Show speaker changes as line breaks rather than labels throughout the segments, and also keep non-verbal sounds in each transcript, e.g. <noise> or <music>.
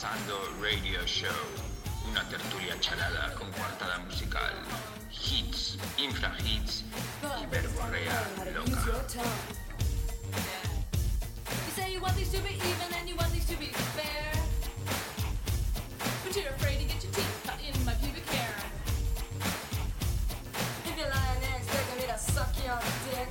Ando Radio Show, una tertulia charada con coartada musical, hits, infra hits y verborrea loca.
You say you want things to be even and you want things to be fair. But you're afraid to get your teeth cut in my pubic hair.
If you're lying there expecting me to suck your dick,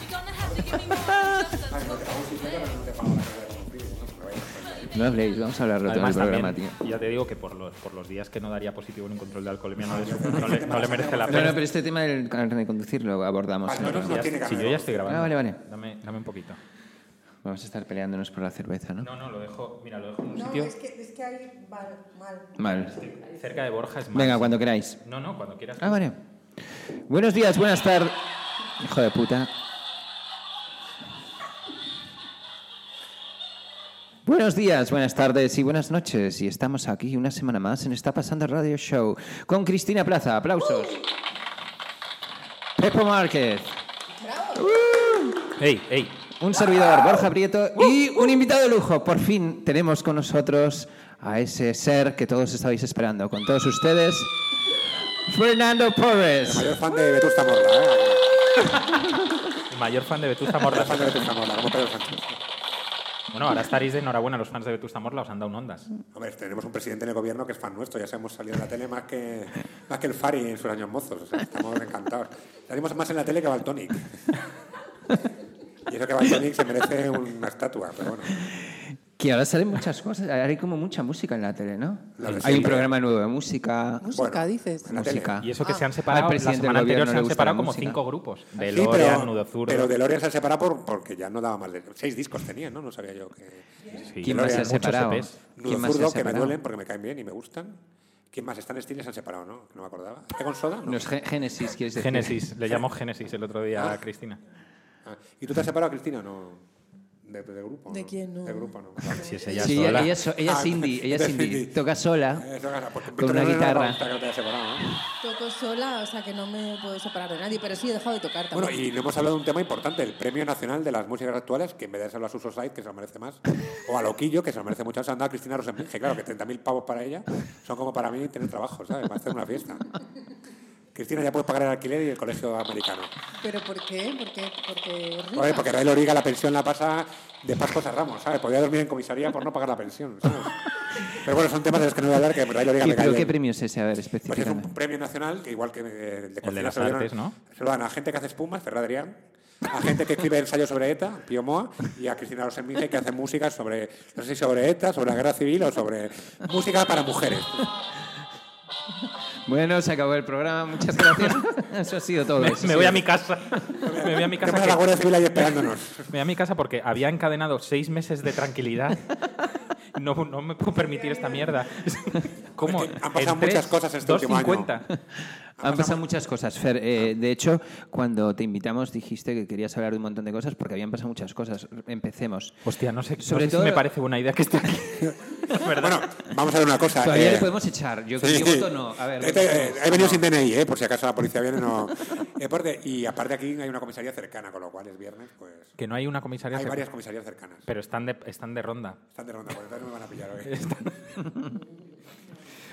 You're gonna have to give me more than just a
Ay, no te- aún si yo
leg.
ahora no te pago la carrera como pibe, ¿no? Me vais a perder.
No habléis, vamos a hablar de todo el
Además,
programa,
también,
tío.
ya te digo que por los, por los días que no daría positivo en un control de alcoholemia no, le- no le, no le
<laughs>
merece la
Bueno,
pena.
pero este tema del carnet de conducir lo abordamos.
Ah,
en
no,
el
no,
programa.
no tiene
si
carrera.
yo ya estoy grabando.
Ah, vale, vale.
Dame, dame un poquito.
Vamos a estar peleándonos por la cerveza, ¿no?
No, no, lo dejo, mira, lo dejo en un
No,
sitio
es que, es que ahí va mal.
Vale.
cerca de Borja. Es más.
Venga, cuando queráis.
No, no, cuando quieras.
Ah, vale. Buenos días, buenas tardes. Hijo de puta. Buenos días, buenas tardes y buenas noches. Y estamos aquí una semana más en Está Pasando Radio Show con Cristina Plaza. Aplausos. Pepo Márquez.
¡Ey, ey!
Un servidor, Borja Prieto, y un invitado de lujo. Por fin tenemos con nosotros a ese ser que todos estabais esperando. Con todos ustedes, Fernando Porres.
Mayor fan de Vetusta Morla, ¿eh?
Mayor fan de Vetusta
Mayor fan de
Morla.
Vetusta Morla, como Pedro Sánchez.
bueno, ahora estaréis de enhorabuena los fans de Vetusta Morla, os han dado un ondas.
Hombre, tenemos un presidente en el gobierno que es fan nuestro, ya se hemos salido en la tele más que, más que el Fari en sus años mozos, o sea, estamos encantados. Salimos más en la tele que Baltonic. Y eso que Baltonic se merece una estatua, pero bueno.
Que ahora salen muchas cosas. Ahora hay como mucha música en la tele, ¿no?
La verdad
hay
sí.
un programa nuevo de música.
Música,
Bueno,
dices.
en la tele.
música.
Y eso que
Ah.
se han separado,
Al
la
presidente
semana
del
anterior
gobierno
se
le
han
gusta
separado
la
como
música.
cinco grupos. De
Sí,
Lorean, Nudo Zurdo.
pero DeLorean se ha separado por- porque ya no daba más. de- Seis discos tenía, ¿no? No sabía yo que...
Sí,
¿Quién más se ha
Muchos
separado?
EPs.
Nudo
¿Quién más se ha
zurdo, que me
separado?
duelen porque me caen bien y me gustan. ¿Quién más? Stan Steele se han separado, ¿no? No me acordaba. ¿Egon Soda? No.
No es Gé- Génesis, quieres decir.
Génesis, le llamó Génesis el otro día a Cristina.
Ah, ¿Y tú te has separado, Cristina? No. ¿De, de grupo?
¿De quién no?
De grupo, no.
Si es ella
<laughs> sí,
sola.
ella, ella es so- ella es
Ah,
indie, ella es
de
indie.
indie.
Toca sola.
Eh, Eso gana, porque
Con
Víctor
una
Herrera no
guitarra.
me gusta que no te haya separado, ¿no?
Toco sola, o sea que no me puedo separar de nadie, pero sí he dejado de tocar también.
Bueno, y no hemos hablado de un tema importante, el Premio Nacional de las Músicas Actuales, que en vez de dárselo a Suso Said, que se lo merece más, o a Loquillo, que se lo merece mucho, se han dado a Cristina Rosenbinge. Claro, que 30.000 pavos para ella son como para mí tener trabajo, ¿sabes? Para hacer una fiesta. Cristina, ya puedes pagar el alquiler y el colegio americano.
¿Pero por qué? ¿Por qué? Porque es rica.
Oye, porque Rael Origa la pensión la pasa de Pascos a Ramos, ¿sabes? Podría dormir en comisaría por no pagar la pensión, ¿sabes? Pero bueno, son temas de los que no voy a hablar, que Rael Origa
¿Y
me cae
pero qué
bien.
premio es ese? A ver,
Pues es un
específicamente.
premio nacional, que igual que eh, el de, cocina
las
se lo dieron-
artes, ¿no?
Se lo dan a gente que hace espumas, Ferran Adrián, a gente que escribe ensayos sobre ETA, Pío Moa, y a Cristina Rosenvinge, que hace música sobre, no sé si sobre ETA, sobre la guerra civil o sobre música para mujeres.
Bueno, se acabó el programa. Muchas
<laughs>
gracias. Eso ha sido todo.
Me,
eso ha
me voy
sido-
a mi casa. Me voy a mi casa.
Tenemos a
que-
la Guardia Civil ahí esperándonos.
me voy a mi casa porque había encadenado seis meses de tranquilidad. No, no me puedo permitir esta mierda. ¿Cómo?
Porque han pasado
En tres,
muchas cosas este último año.
2.50.
Han pasado muchas cosas, Fer. Eh,
Ah.
de hecho, cuando te invitamos dijiste que querías hablar de un montón de cosas porque habían pasado muchas cosas. Empecemos.
Hostia, no sé, no
Sobre
sé
todo-
si me parece buena idea que esté
<laughs>
aquí. La verdad.
Bueno, vamos a ver una cosa.
Todavía
eh,
le podemos echar. Yo
Sí.
creo que voto no. A ver.
Este, eh, he venido sin DNI, eh, por si acaso la policía
<laughs>
viene. No. Eh, aparte- y aparte aquí hay una comisaría cercana, con lo cual es viernes, pues...
que no hay una comisaría.
Hay
cerca.
varias comisarías cercanas.
Pero están de, están de ronda.
Están de ronda, por entonces no me van a pillar
<laughs>
hoy.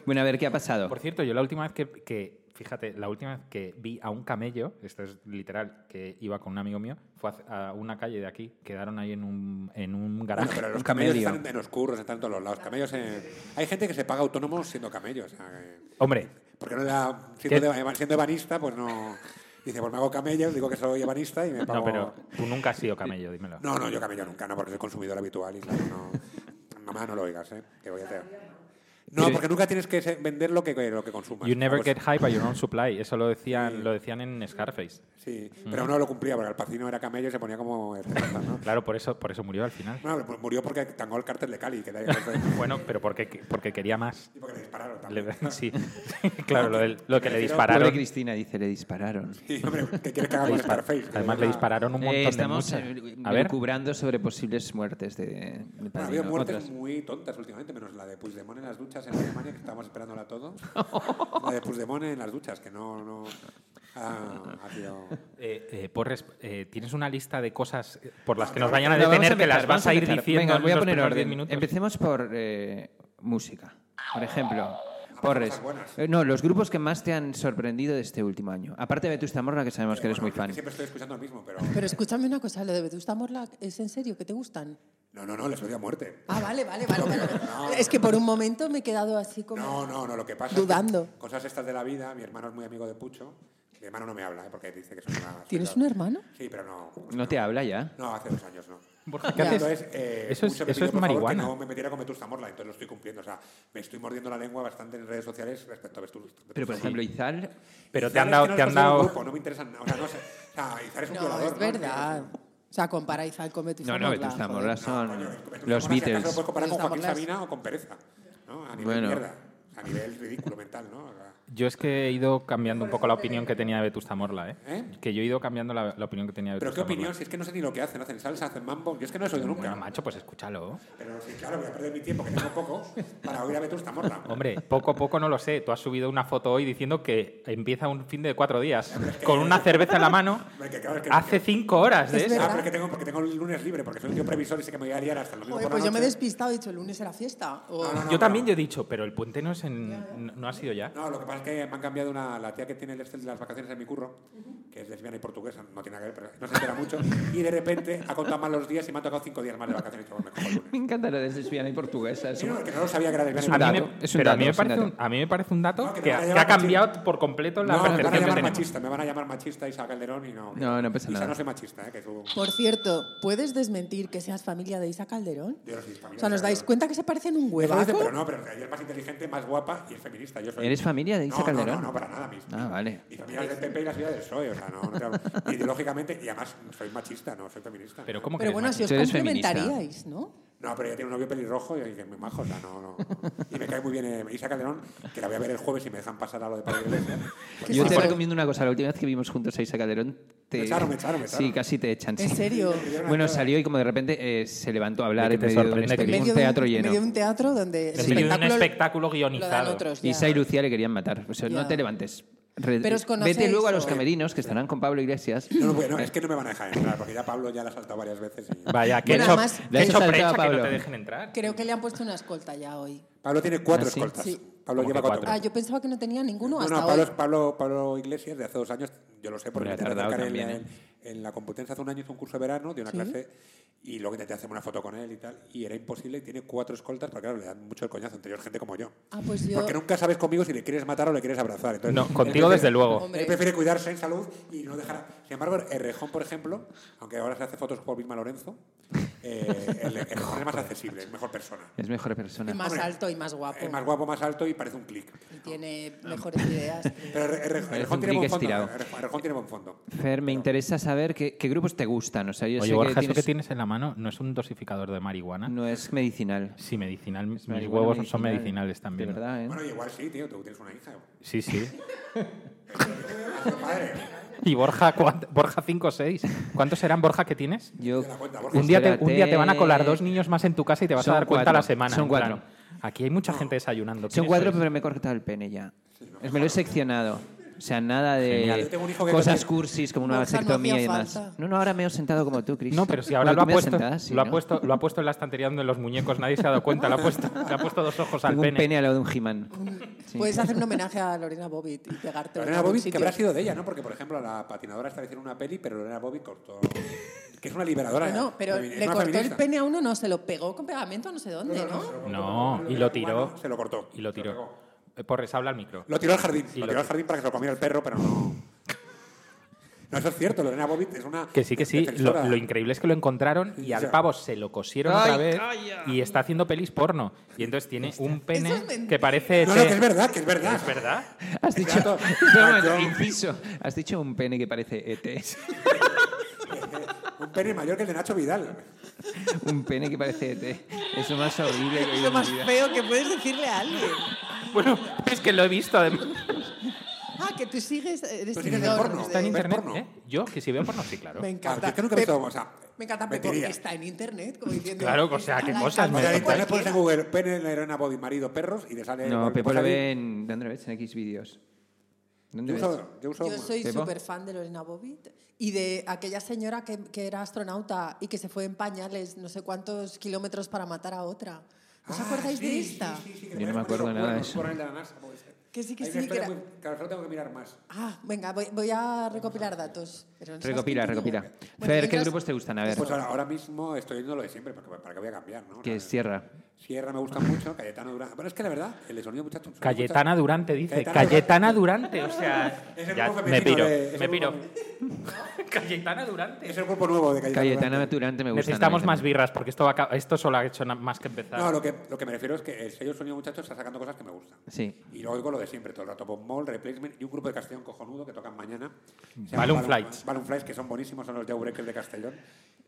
Bueno, a ver, ¿qué ha pasado?
Por cierto, yo la última vez que, que- fíjate, la última vez que vi a un camello, esto es literal, que iba con un amigo mío, fue a a una calle de aquí, quedaron ahí en un, en un
Bueno,
garaje.
pero los
Un
camellos
camello.
están en los curros, están en todos los lados. Camellos en- Hay gente que se paga autónomos siendo camello. o sea, que-
Hombre,
Porque no le da- siendo,
¿Qué?
de- siendo ebanista, pues no... Dice, pues me hago camello, digo que soy ebanista y me pago...
no, pero tú nunca has sido camello, dímelo.
No, no, yo camello nunca, no, porque soy consumidor habitual y claro, no... Mamá, no lo oigas, ¿eh? Te voy a hacer. No, porque nunca tienes que se- vender lo que, lo que consumas.
You never
Pues-
get high by your own supply. Eso lo decían, lo decían en Scarface.
Sí,
Mm.
pero no lo cumplía, porque el Pacino era camello y se ponía como... Esperanza, ¿no?
Claro, por eso, por eso murió al final.
No, pero murió porque tangó el cártel de Cali, que nadie lo sabe.
Bueno, pero porque, porque quería más.
Y porque le dispararon también. <laughs>
Le- <laughs> sí, claro, lo, del- lo que le
Prefiero-
Pobre
dispararon.
Cristina dice, le dispararon.
Sí, hombre, ¿qué quieres que haga con Starface?
Además, le dispararon un montón
Eh, estamos
de
eh,
muchas. A ver,
lucubrando sobre posibles muertes de... de
Bueno, ha
Padrino.
habido muertes
Otras.
muy tontas últimamente, menos la de Puigdemont en las
<laughs>
duchas en Alemania, que estábamos esperándola todos. La de Puigdemont en las duchas, que no... no... Ah, ha sido...
Eh, eh, Porres, eh, tienes una lista de cosas eh, por las que nos vayan a
No, vamos
detener
a
que
empezar,
las vas
vamos
a ir
empezar.
diciendo.
Venga, os voy
en
a
los
poner
primeros 10
orden.
minutos.
Empecemos por eh, música. Por ejemplo, Porres.
cosas buenas.
eh, No, los grupos que más te han sorprendido de este último año. Aparte de Vetusta Morla, que sabemos que eres muy
Bueno,
fan.
que Siempre estoy escuchando el mismo, pero...
Pero escúchame una cosa, lo de Vetusta Morla, ¿es en serio que te gustan?
No, no, no, les odio a muerte.
Ah, vale, vale, vale. vale.
No.
Es que por un momento me he quedado así como...
No, no, no, lo que pasa
Dudando.
es que cosas estas de la vida, mi hermano es muy amigo de Pucho, mi hermano no me habla, ¿eh? porque dice que son una...
¿Tienes un hermano?
Sí, pero no... pues
No te habla ya.
No, hace dos años no.
Borja, ¿qué
Ya.
haces?
Entonces, eh,
Eso es-
Pucho me
eso es
pidió, por favor,
marihuana.
que no me metiera con Vetusta Morla, entonces lo estoy cumpliendo. O sea, me estoy mordiendo la lengua bastante en redes sociales respecto a Vetusta Morla.
Pero, por ejemplo, Izal...
Pero te
Izar
han
es
dado.
que no
Te
lo
han
considero un
dado
grupo, no me interesan nada. O sea, no sé. O sea, Izar es un
No,
violador,
es verdad. O sea, compara Izal con Vetusta
No, no,
Morla.
Vetusta
joder.
Morla
No,
son
coño, es que Vetusta
los
Morla, si acaso, lo
Beatles.
puedes comparar con
Vetusta
Joaquín
Morla es-
Sabina o con Pereza. ¿no? A nivel
Bueno.
mierda. A nivel ridículo mental, ¿no? O sea,
Yo es que he ido cambiando un poco la opinión que tenía de Vetusta Morla, ¿eh?
¿Eh?
Que yo he ido cambiando la, la opinión que tenía de
Pero qué
Vetusta Morla.
opinión, si es que no sé ni lo que hacen. Hacen salsa, hacen mambo. Yo es que no he oído
Bueno,
nunca.
macho, pues escúchalo.
Pero sí, claro, voy a perder mi tiempo, que tengo poco, para oír a Vetusta Morla.
<laughs> Hombre, poco a poco no lo sé. Tú has subido una foto hoy diciendo que empieza un fin de cuatro días con una cerveza en la mano
Hombre, que claro, es que-
hace cinco horas de
Es
eso.
Ah,
¿verdad?
pero es que tengo, porque tengo el lunes libre, porque soy un tío previsor y sé que me voy a liar hasta el domingo
Joder,
por
pues
la
yo me he
noche.
despistado y he dicho, el lunes era fiesta. O-
Ah, No, no, no,
Yo también
pero-
yo he dicho, pero el puente no es en... no- no ha sido ya.
No, lo que pasa es que me han cambiado una, la tía que tiene el Excel de las vacaciones en mi curro, que es lesbiana y portuguesa, no tiene nada que ver, pero no se entera mucho, y de repente ha contado mal los días y me ha tocado cinco días más de vacaciones. Y digo, me cojo el
<laughs>
lunes.
Me encanta lo de lesbiana y portuguesa. es
Sí,
un-
no, que no lo sabía que era lesbiana.
A
y
dato,
mí me,
es un
pero a
dato,
mí me
es un
parece un,
dato.
a mí me parece un dato
No, que
que,
me van a
ha- que
llamar
ha cambiado
machista.
por completo la
No, me van a
percepción que
llamar
tenemos.
machista, me van a llamar machista Isa Calderón y no.
No, no pasa
Isa
nada.
no soy machista, ¿eh? que tú...
Por cierto, ¿puedes desmentir que seas familia de Isa Calderón?
Yo no soy familia
O sea, ¿nos
de
dais
Calderón.
cuenta que se parecen un
Eso dice,
huevaco?
pero no, pero ella es más inteligente, más guapa y es feminista. Yo soy...
¿Eres familia de Isa
No,
Calderón?
No, no, para nada. Mis,
Ah, vale.
Mi familia es del PP y la ciudad del PSOE, o sea, no, no te hablo. <laughs> Ideológicamente, y además soy machista, no soy feminista.
Pero ¿cómo que
Pero
eres
bueno,
machista?
si os
Tú eres feminista.
complementaríais, ¿no?
No, pero ella tiene un novio pelirrojo y es muy majo, o sea, no, no. Y me cae muy bien eh, Isa Calderón, que la voy a ver el jueves si me dejan pasar a lo de Pablo
<laughs>
Iglesias. Pues
Yo
sí,
te
por-
recomiendo una cosa. La última vez que vimos juntos a Isa Calderón... Te...
Me echaron, me echaron, me
Sí,
echaron.
casi te echan. <laughs>
¿En
sí.
serio?
Bueno, salió y como de repente eh, se levantó a hablar
¿De
en
qué te
medio de un,
sorprende que-
espect-
En
medio
un
de
teatro
en
lleno.
medio de un teatro donde el
En medio de un
espectáculo,
espectáculo
lo dan
guionizado.
otros ya.
Isa y Lucía le querían matar. O sea,
Ya.
no te levantes. Re-
Pero os
Vete
conocéis,
luego a los
¿o?
camerinos que estarán con Pablo Iglesias.
No, no, bueno, es que no me van a dejar entrar, porque ya Pablo ya la ha saltado varias veces.
<laughs>
y-
Vaya, que
Bueno,
he hecho,
además-
que he
<laughs>
hecho
Le has
brecha
saltado a
que no te
Pablo.
dejen entrar.
Creo que le han puesto una escolta ya hoy.
Pablo tiene cuatro
¿Ah, sí?
escoltas.
Sí.
Pablo
¿Cómo
lleva
que
cuatro.
cuatro?
Ah, yo pensaba que no tenía ninguno
No,
hasta
no, Pablo,
hoy.
es- Pablo, Pablo Iglesias de hace dos años, yo lo sé
Hombre,
porque
ha
intenté
tardado
acercar en,
también,
en- en la competencia hace un año hizo un curso de verano de una clase y luego intenté hacerme una foto con él y tal y era imposible y tiene cuatro escoltas porque claro, le dan mucho el coñazo entre ellos gente como yo.
Ah, pues yo-
Porque nunca sabes conmigo si le quieres matar o le quieres abrazar. Entonces,
No,
él
contigo
prefiere-
desde luego.
Hombre.
Él prefiere cuidarse en salud y no dejar... a- Sin embargo, Errejón, por ejemplo, aunque ahora se hace fotos por Vilma Lorenzo, eh, el- el Errejón es más accesible, es mejor persona.
Es mejor persona.
Y más
Hombre,
alto y más guapo.
Es más guapo, más alto y parece un clic.
Y tiene mejores ideas.
<laughs>
Pero Erre- Erre- Errejón
un
tiene buen
clic
fondo.
estirado.
Erre- Errejón tiene buen fondo.
Fer, me interesa saber qué, qué grupos te gustan. O sea, yo
Oye,
sé
Borja,
que
eso que
tienes-
tienes en la mano no es un dosificador de marihuana.
no es medicinal.
Sí, medicinal. Mis
Marihuana
huevos son
medicinal.
medicinales también.
De verdad, ¿eh?
Bueno, igual sí, tío, tú tienes una hija.
<laughs>
Sí, sí.
Padre,
¿Y Borja cuánto- Borja 5 o 6? ¿Cuántos serán, Borja, que tienes?
Yo,
la cuenta, Borja.
Un día, te, un día te
Espérate.
van a colar dos niños más en tu casa y te vas
Son
a dar cuenta a la
cuatro.
semana.
Son
en plan,
cuatro.
Aquí hay mucha gente desayunando.
Son
¿quiénes
cuatro,
sois?
pero me he cortado el pene ya. Me lo he seccionado. O sea, nada
Genial.
de
Yo tengo un hijo que
cosas
también-
cursis como una
Borja, no
vasectomía y
hacía
demás.
falta.
No, no, ahora me he sentado como tú, Cris.
No, pero si ahora
Bueno,
lo ha,
tú me has
puesto,
sentado, sí,
lo, ha
¿no?
puesto, lo ha puesto en la estantería donde los muñecos, nadie se ha dado cuenta. Le ha puesto, le ha puesto dos ojos al
Tengo un
pene.
pene al lado de un jimán.
Puedes hacer un homenaje a Lorena Bobbitt y pegarte
Lorena Bobbitt, que habrá sido de ella, ¿no? Porque, por ejemplo, a la patinadora esta le hicieron una peli, pero Lorena Bobbitt cortó... que es una liberadora.
No, pero
femi- es
le
una
cortó el
¿eh? feminista.
pene a uno, no, se lo pegó con pegamento no sé dónde, ¿no?
No, y lo tiró.
Se lo cortó.
Y lo tiró.
pegó.
Eh, Porres, habla al micro.
Lo tiró al jardín.
Y
lo
lo
tiró al
tiró.
jardín para que se lo comiera el perro, pero no... No, eso es cierto. Lorena Bobbitt es una...
Que sí, que sí. Lo,
defensora.
lo increíble es que lo encontraron y
Sí,
al
ya.
pavo se lo cosieron
Ay,
otra vez
calla.
y está haciendo pelis porno. Y entonces tiene
Este-
un pene
Eso es mentira.
que parece...
No, no,
ese-
que es verdad, que es verdad.
¿Es verdad?
Has dicho... <laughs>
Exacto.
Espera un momento,
Yo-
inciso. Has dicho un pene que parece E ET.
Un pene mayor que el de Nacho Vidal.
<laughs> un pene que parece ET. Es lo más horrible que he oído
Es lo
en mi
más
vida.
feo que puedes decirle a alguien.
Bueno, es que lo he visto además.
Eh,
Ah, que tú sigues, eres
Tú sigues el
seguidor
porno.
de- este-
Está
En
¿Ves
internet,
porno?
¿eh? Yo, que si veo porno, sí, claro.
Me encanta.
Ah, es que nunca he
Pep-
visto, o sea,
me encanta Pepo,
mentiría.
que está en internet, como diciendo.
Claro, o sea, qué
"Ala,
cosas,
O
encanta
sea, en
me-
internet pones en
cualquiera".
Google pene, Lorena Bobby, marido, perros y te sale.
No,
te
Pepo lo
sale-
ve en... ¿Dónde lo ves? En X vídeos. ¿Dónde
Yo
ves?
uso, yo uso
Yo soy
¿Pepo?
súper fan de Lorena Bobbitt y de aquella señora que, que era astronauta y que se fue en pañales no sé cuántos kilómetros para matar a otra. ¿Os
Ah,
acordáis
sí,
de
sí,
esta?
sí, sí, que
Yo no
me
me
parece
acuerdo
con
nada de
cuernos,
eso.
corren de la NASA, puede ser.
Que sí, que
Hay
sí,
una
que
historia
era-
muy- claro, solo tengo que mirar más.
Ah, venga, voy, voy a recopilar datos. pero no sé
Recopila,
las que tenía.
recopila.
Bueno,
Fer, ¿qué
mientras-
grupos te gustan? A ver,
Pues ahora, ahora mismo estoy oyendo lo de siempre, porque para qué voy a cambiar, ¿no?
que
La-
es Sierra.
Sierra me gusta mucho, Cayetano Durán. Bueno, es que la verdad, el sonido muchachos. son
Cayetana
muchas-
Durante dice.
Cayetana
Cayetana Durante. O sea.
Es el
ya,
grupo
me
femenino
piro.
de- es
me
el
piro.
grupo
<laughs> Cayetana Durante.
Es el grupo nuevo de Cayetano.
Cayetana
Durán.
Durante me gusta.
Necesitamos más
bien.
birras porque esto, va a ca- esto solo ha hecho na- más que empezar.
No, lo que, lo que me refiero es que el sello sonido muchachos está sacando cosas que me gustan.
Sí.
Y luego oigo lo de siempre, todo el rato Bob Mall, Replacement y un grupo de Castellón cojonudo que tocan mañana. Se llama
Balloon Flights.
Balloon Flights, que son buenísimos, son los Jawbreakers de Castellón.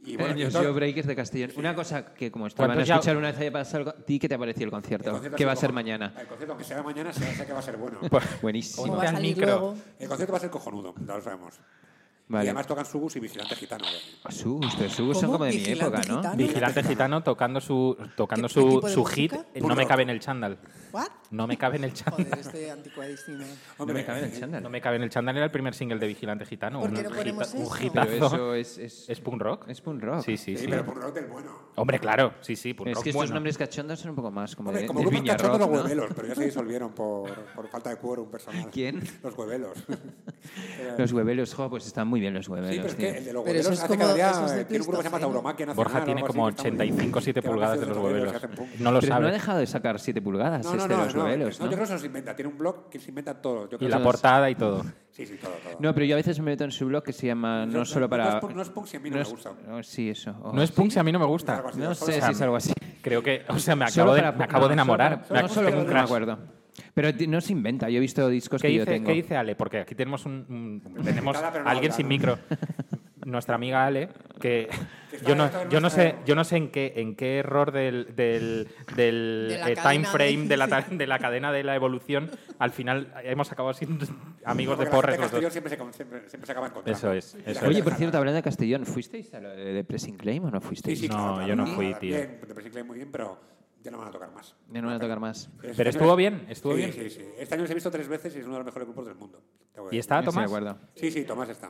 Y bueno, y
Los
entonces-
Breakers de Castellón. Una cosa que como te van a
¿Cuántos ya-
escuchar una vez haya pasado, algo, di que te ha parecido el
el
concierto,
concierto
que
ha
va a
sido
ser
cojonudo.
mañana. Pues-
El concierto, aunque sea mañana, se sé que va a ser bueno.
¿Cómo va
Buenísimo.
a
Ponte al
salir
micro.
luego?
El concierto va a ser cojonudo, ya lo sabemos. Y
Vale.
además tocan Subus y Vigilante Gitano. ¿eh?
Subus, pero Subus son
¿Cómo?
como de mi
Vigilante
época, ¿no?
Gitano.
Vigilante gitano tocando su tocando
¿Qué- qué
su,
tipo de
su hit
música?
eh, no me cabe en el chándal.
¿What?
No me cabe en el chándal.
Joder, estoy anticuadísima.
No me cabe en el chándal.
No me cabe en el chándal era el primer single de Vigilante gitano.
¿Por
un
qué no ponemos
hita- un
eso?
Pero eso
hitazo.
es... Es,
¿Es punk rock?
es punk rock.
Sí, sí,
Sí,
sí.
pero por lo del
Eh,
bueno.
Hombre, claro, sí, sí, punk
Es
rock
que estos
bueno.
nombres cachondos son un poco más como
Hombre,
de,
como
de
grupos
Viña
cachondos
Rock,
los
¿no?
huevelos, pero ya se disolvieron por, por falta de quórum personal.
¿Quién?
Los huevelos.
Los huevelos, jo, pues están muy bien los huevelos,
Sí, pero es
tío.
que el de los
Pero eso
huevelos
es como-
hace cada
eso es
día
del
tiene un grupo que se llama
Pleistoceno.
Tauromaquia Nacional.
Borja tiene
algo así,
como
que está muy bien.
85, 7
Que van
pulgadas de
haciendo
los huevelos.
que hacen punk.
No lo
Pero no ha
sabe.
dejado de sacar 7 pulgadas
No,
este
no,
de
no,
los
no,
huevelos,
no,
¿no?
yo creo que se los inventa. Tiene un blog que se inventa todo. Yo
Y
creo
la
que-
portada y todo.
Sí, sí, todo, todo.
No, pero yo a veces me meto en su blog que se llama No,
No,
solo
no, no
para...
es punk- no es punk si a mí no me
es-
gusta.
no, sí, eso. oh.
No es punk si a mí no me gusta.
Algo así,
No
solo
sé
para-
si es algo así.
Creo que, o sea, me
Solo
acabo de,
para-
me acabo de
no, solo para-
enamorar. Me
No
acabo
solo
de
para-
un
no me
crash.
acuerdo. Pero ti- no se inventa, yo he visto discos
¿Qué
que yo
dice,
tengo.
¿Qué dice Ale? Porque aquí tenemos un, un-
<laughs>
tenemos
invitada, pero no
a alguien
habla,
sin
¿no?
micro.
<laughs>
Nuestra amiga Ale, que <laughs>
está-
yo no,
está en
yo no
nuestra-
sé, yo no sé en qué, en qué error del, del, del,
De la
eh,
cadena
time frame de,
de- <laughs>
la, ta- de la cadena de la evolución, al final hemos acabado
<laughs>
siendo amigos de
Porque la
porres
gente
los
Castellón
dos.
siempre se, con- siempre, siempre se acaba encontrando.
Eso es,
Y la
eso
gente
es.
Oye, por
se
cierto,
acaba.
hablando de Castellón, ¿fuisteis a lo de, de Pressing Claim o no fuisteis?
sí, No, yo no fui, tío.
Bien, te Clay muy bien, pero ya no van a tocar más.
Ya no van a tocar más.
Pero estuvo bien, estuvo
Sí,
bien.
Sí, sí. Este año los he visto tres veces y es uno de los mejores grupos del mundo. Tengo que
¿Y
decir.
está
Yo estoy de
Tomás?
acuerdo.
Sí, sí, Tomás está.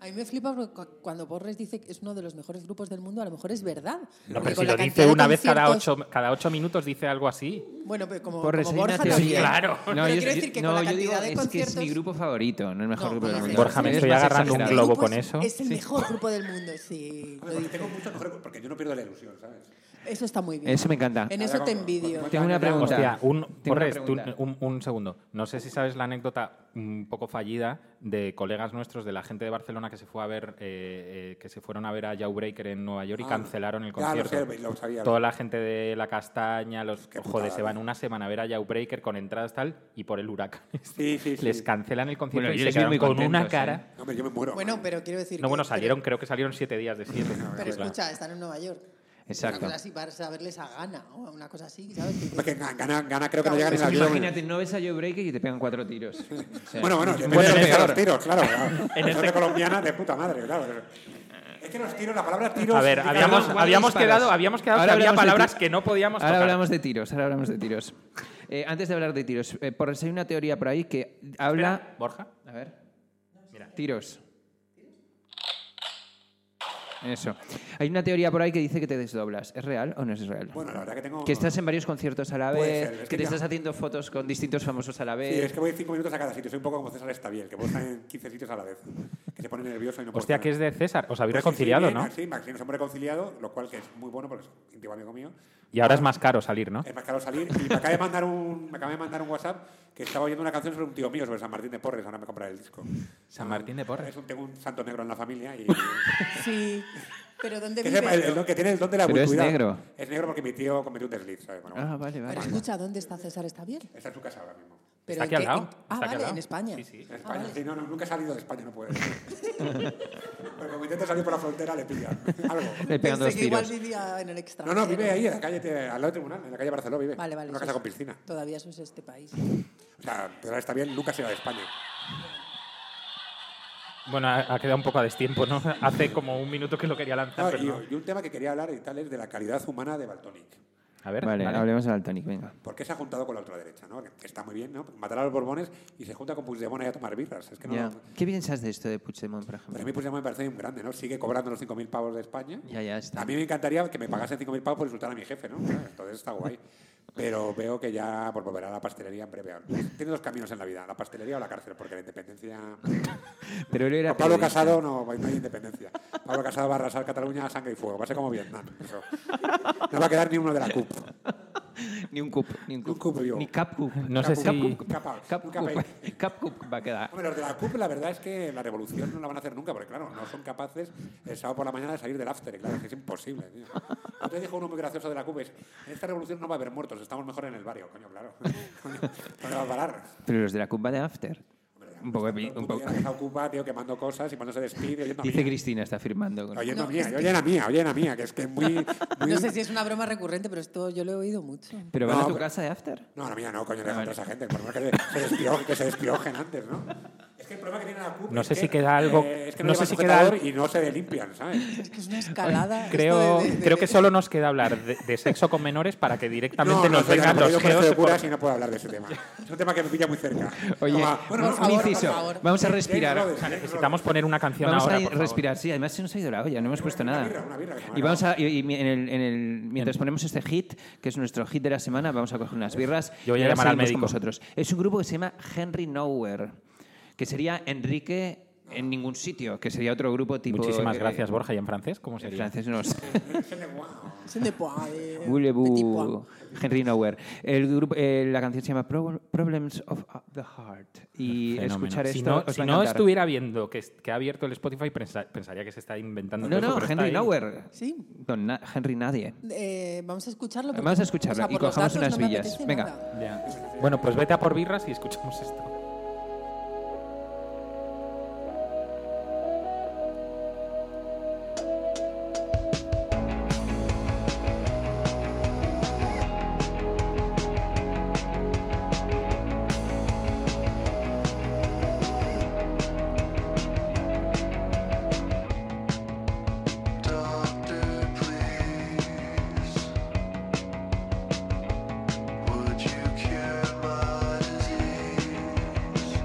A mí me flipa porque cu- cuando Borres dice que es uno de los mejores grupos del mundo, a lo mejor es verdad.
No, pero
Porque con
si
la
lo
cantidad
dice
de
una vez cada
conciertos-
ocho, cada ocho minutos, dice algo así.
Bueno, pero como,
Por
como Borja
teoría.
también.
Sí, claro.
Pero quiero decir que con la
yo digo,
cantidad de
es que es
conciertos...
mi grupo favorito, no el mejor
No,
grupo del
no,
mundo.
Borja, me
Es
estoy
más
agarrando un
este
exagerado.
globo
grupo
con
es-
eso.
Es el mejor grupo del mundo, sí. lo
Porque
dice.
tengo muchos mejores grupos, porque yo no pierdo la ilusión, ¿sabes?
Eso está muy bien.
Eso me encanta.
En eso te envidio.
Tengo una pregunta.
Hostia, un,
Tengo una
Porres, tú-
pregunta.
un, un segundo. No sé si sabes la anécdota un poco fallida de colegas nuestros, de la gente de Barcelona que se fue a ver, eh, eh, que se fueron a ver a Jawbreaker en Nueva York y
Ah,
cancelaron el
ya, lo
concierto.
sé, lo sabía.
Toda la gente de La Castaña, los
Qué
joder,
putada,
se van
tío.
una semana a ver a Jawbreaker con entradas tal y por el huracán. <laughs> este.
Sí, sí, sí.
Les cancelan el concierto
Bueno, yo
y se
les vi
quedaron
muy
con
contentos, ¿eh?
una cara.
Hombre, yo me muero.
Bueno, pero quiero decir
No,
que-
bueno,
pero-
salieron, creo que salieron siete días de siete.
Pero escucha, están en Nueva York. Una
Exacto.
cosa así para saberles a gana o a una cosa así, ¿sabes? Que
<laughs> Porque
dices,
gana, gana, gana creo que no llega ni
Pues
la ayuda.
imagínate, no ves a Joe Breaker y te pegan cuatro tiros.
<laughs>
O sea,
Bueno, bueno,
mucho
depende de
peor.
los que sean los tiros, claro. claro.
En
En
este-
colombiana de puta madre, claro. Es que los tiros, la palabra tiros...
A ver,
indica-
habíamos-
No,
Guarda
habíamos
disparos.
quedado- habíamos quedado que había
hablamos de
palabras
ti-
que no podíamos
Ahora
tocar.
hablamos de tiros, ahora hablamos de tiros. Eh, antes de hablar de tiros, eh, por si hay una teoría por ahí que habla...
Borja.
A ver.
Mira.
Tiros. Eso. Hay una teoría por ahí que dice que te desdoblas. ¿Es real o no es real?
Bueno, la verdad que tengo...
Que estás en varios conciertos a la
Puede
vez,
ser, es
que
que
te
ya-
estás haciendo fotos con distintos famosos a la vez.
Sí, es que voy cinco minutos a cada sitio. Soy un poco como César Estabiel, que puedo estar en 15 sitios a la vez. Que se pone nervioso y no puede
Hostia,
estar.
que es de César. Os habéis
Pues sí, sí,
reconciliado,
bien,
¿no?
Sí, Maxi, nos hemos reconciliado, lo cual que es muy bueno porque es íntimo amigo mío.
Y ahora es más caro salir, ¿no?
Es más caro salir. Y me acaba de mandar un, me acaba de mandar un WhatsApp que estaba oyendo una canción sobre un tío mío, sobre San Martín de Porres. Ahora me compraré el disco.
San Martín de Porres.
Es un, tengo un santo negro en la familia
<laughs>
y.
Sí, pero ¿dónde
<laughs> que,
vive?
sepa, el, el don- que tiene el don de la
Pero es
buituidad.
negro.
Es negro porque mi tío cometió un desliz. ¿sabes? Bueno,
Ah,
bueno.
vale, vale.
Pero escucha, ¿dónde está César? ¿Está bien?
Está en su casa ahora mismo.
Pero
aquí
¿en
al
qué-
lado,
en- Ah,
está aquí al
vale,
lado.
en España.
Sí, sí.
En
Ah,
España,
vale.
sí, no, no, nunca he salido de España, no puede ser. Pero como intenta salir por la frontera, le pilla. Algo.
Le pegan
Pensé
dos
que igual
tiros.
vivía en el
No,
extranjero.
no, vive ahí, en la calle, te- al lado del tribunal, en la calle Barceló vive.
Vale, vale.
En una
sos-
casa con piscina.
Todavía sos este país.
O sea, pero está bien, nunca se va de España.
Bueno, ha ha quedado un poco a destiempo, ¿no? <laughs> Hace como un minuto que lo quería lanzar,
Ah,
pero
y,
no.
y un tema que quería hablar y tal es de la calidad humana de Baltonic.
A ver,
Vale,
vale.
hablemos de Daltonic, venga.
¿Por qué se ha juntado con la ultraderecha? ¿no? Que está muy bien, ¿no? Matar a los Borbones y se junta con Puigdemont ahí a tomar birras. Es que no,
Ya. ¿Qué piensas de esto de Puigdemont, por ejemplo?
Pero a mí Puigdemont me parece un grande, ¿no? Sigue cobrando los 5.000 pavos de España.
Ya, ya está.
A mí me encantaría que me pagasen 5.000 pavos por insultar a mi jefe, ¿no? Entonces está guay. Pero veo que ya por volver a la pastelería en breve. Tiene dos caminos en la vida, la pastelería o la cárcel, porque la independencia...
Pero él era
Con Pablo
periodista.
Casado no, no hay independencia. Pablo Casado va a arrasar Cataluña a sangre y fuego. Va a ser como Vietnam. eso. No va a quedar ni uno de la CUP.
Ni un cup, ni un cup.
Un cup, yo.
Ni cap cup.
No sé
Cap
si-
cup.
Capa,
Cap
un
cup.
capa.
Cap cup va a quedar.
Hombre, los de la CUP la verdad es que la revolución no la van a hacer nunca, porque claro, no son capaces el sábado por la mañana de salir del after, y, claro, es que es imposible. Tío. Entonces dijo uno muy gracioso de la CUP, es, en esta revolución no va a haber muertos, estamos mejor en el barrio, coño, claro. <laughs> Coño, ¿Dónde va a parar?
Pero los de la CUP van de after. Un poco,
La
un
CUP
poco.
ya deja ocupa, tío, quemando cosas y cuando se despide, oyendo a
Dice
mía.
Cristina, está firmando. con-
Oyendo a mía, oyendo a mía, oyendo a mía, que es que
<laughs>
es muy... muy-
No sé si es una broma recurrente, pero esto yo lo he oído mucho.
¿Pero van
No,
a tu
pero-
casa de after?
No, la mía no, coño, deja a esa gente. Por más que se, despiojen, que se despiojen antes, ¿no? Es que el problema que tiene la CUP
No
es
sé
que,
si queda algo-
eh, es que no,
no
llevan
sé si queda
sujetador Y no se limpian, ¿sabes?
Es que es una escalada. esto
Creo,
de- de-
creo
de-
que solo nos queda hablar de, de sexo con menores para que directamente nos
soy
vengan
yo,
los
yo conozco
geos.
de
por-
curas y no puedo hablar de ese tema. <laughs> Es un tema que me pilla muy cerca.
Oye,
Toma,
por
por
un
favor, por
inciso.
favor.
Vamos a
James
respirar.
Rhodes, James
pues Necesitamos poner una canción
Vamos
ahora,
a
por favor.
respirar, sí, además se nos ha ido la olla, no hemos puesto
una
nada.
birra, una birra, que se me ha
Y vamos a, y, y en el, en el- mientras ponemos este hit, que es nuestro hit de la semana, vamos a coger unas birras.
Yo voy
y
a
ahora
llamar al
seguimos Con
médico.
vosotros. Es un grupo que se llama Henry Nowhere, que sería Enrique en ningún sitio, que sería otro grupo tipo.
Ah. Muchísimas
eh,
gracias, Borja. ¿Y en francés? ¿Cómo
En
sería?
francés no lo
<laughs>
sé.
Es un de poa, de-
Voulez-vous,
petit pois.
Henry Nowhere. El grupo, eh, la canción se llama Pro- Problems of the Heart. Y
Fenómeno.
escuchar esto.
si no,
os va a
si no
encantar.
estuviera viendo que, es- que ha abierto el Spotify, pensa- pensaría que se está inventando.
No,
todo eso,
no,
pero está
Henry
ahí.
Nowhere.
Sí.
Don Na- Henry Nadie.
Eh, vamos a escucharlo. porque-
Vamos a escucharlo y
por los
cojamos
datos
unas
no me
villas.
apetece
Venga.
nada.
Ya. Bueno, pues vete a por birras y escuchamos esto.
Would you cure my disease?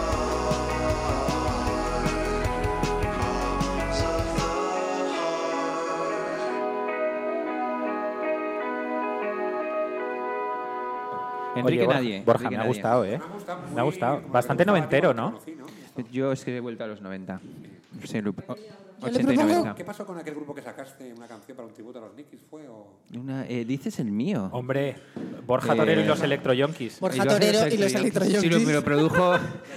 Enrique
Oye, Bor-
Nadie.
Borja,
Enrique
me ha
Nadie.
gustado, ¿eh? Me ha gustado. Bastante noventero, ¿no?
Yo es que he vuelto a los 90. Sí, Lupe. O-
Yo le
80 Oh, y
propongo-
90.
¿Qué pasó con aquel grupo que sacaste una canción para un tributo a los Nikis? ¿Fue o.?
Una- eh, dices el mío.
Hombre, Borja
Eh,
Torero y los electroyonkeis.
Borja Torero y los
electroyonkeis. Sí,
electroyonkeis.
lo, me lo
<laughs>
produjo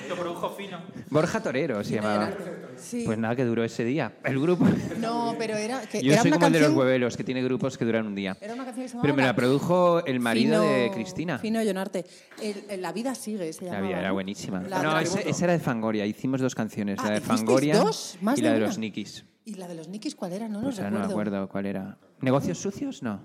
Lo produjo fino.
Borja Torero, se llamaba.
Sí.
Pues nada, que duró ese día. El grupo.
No, pero era, que
Yo
era
soy
una
como el de los
canción...
huevelos, que tiene grupos que duran un día.
Era una canción que se
Pero me
llamaba
la produjo el marido
Fino-
de Cristina.
Fino Llonarte. El- el La vida sigue, se
La
llamaba.
vida era
¿no?
buenísima.
La
no,
otra-
esa, esa era de Fangoria. Hicimos dos canciones,
Ah,
la de
¿hicisteis
Fangoria
dos? ¿Más
y
de
la de
una?
los Nikis.
¿Y la de los Nikis cuál era? No lo
Pues ahora
recuerdo.
no me acuerdo cuál era. ¿Negocios sucios? No.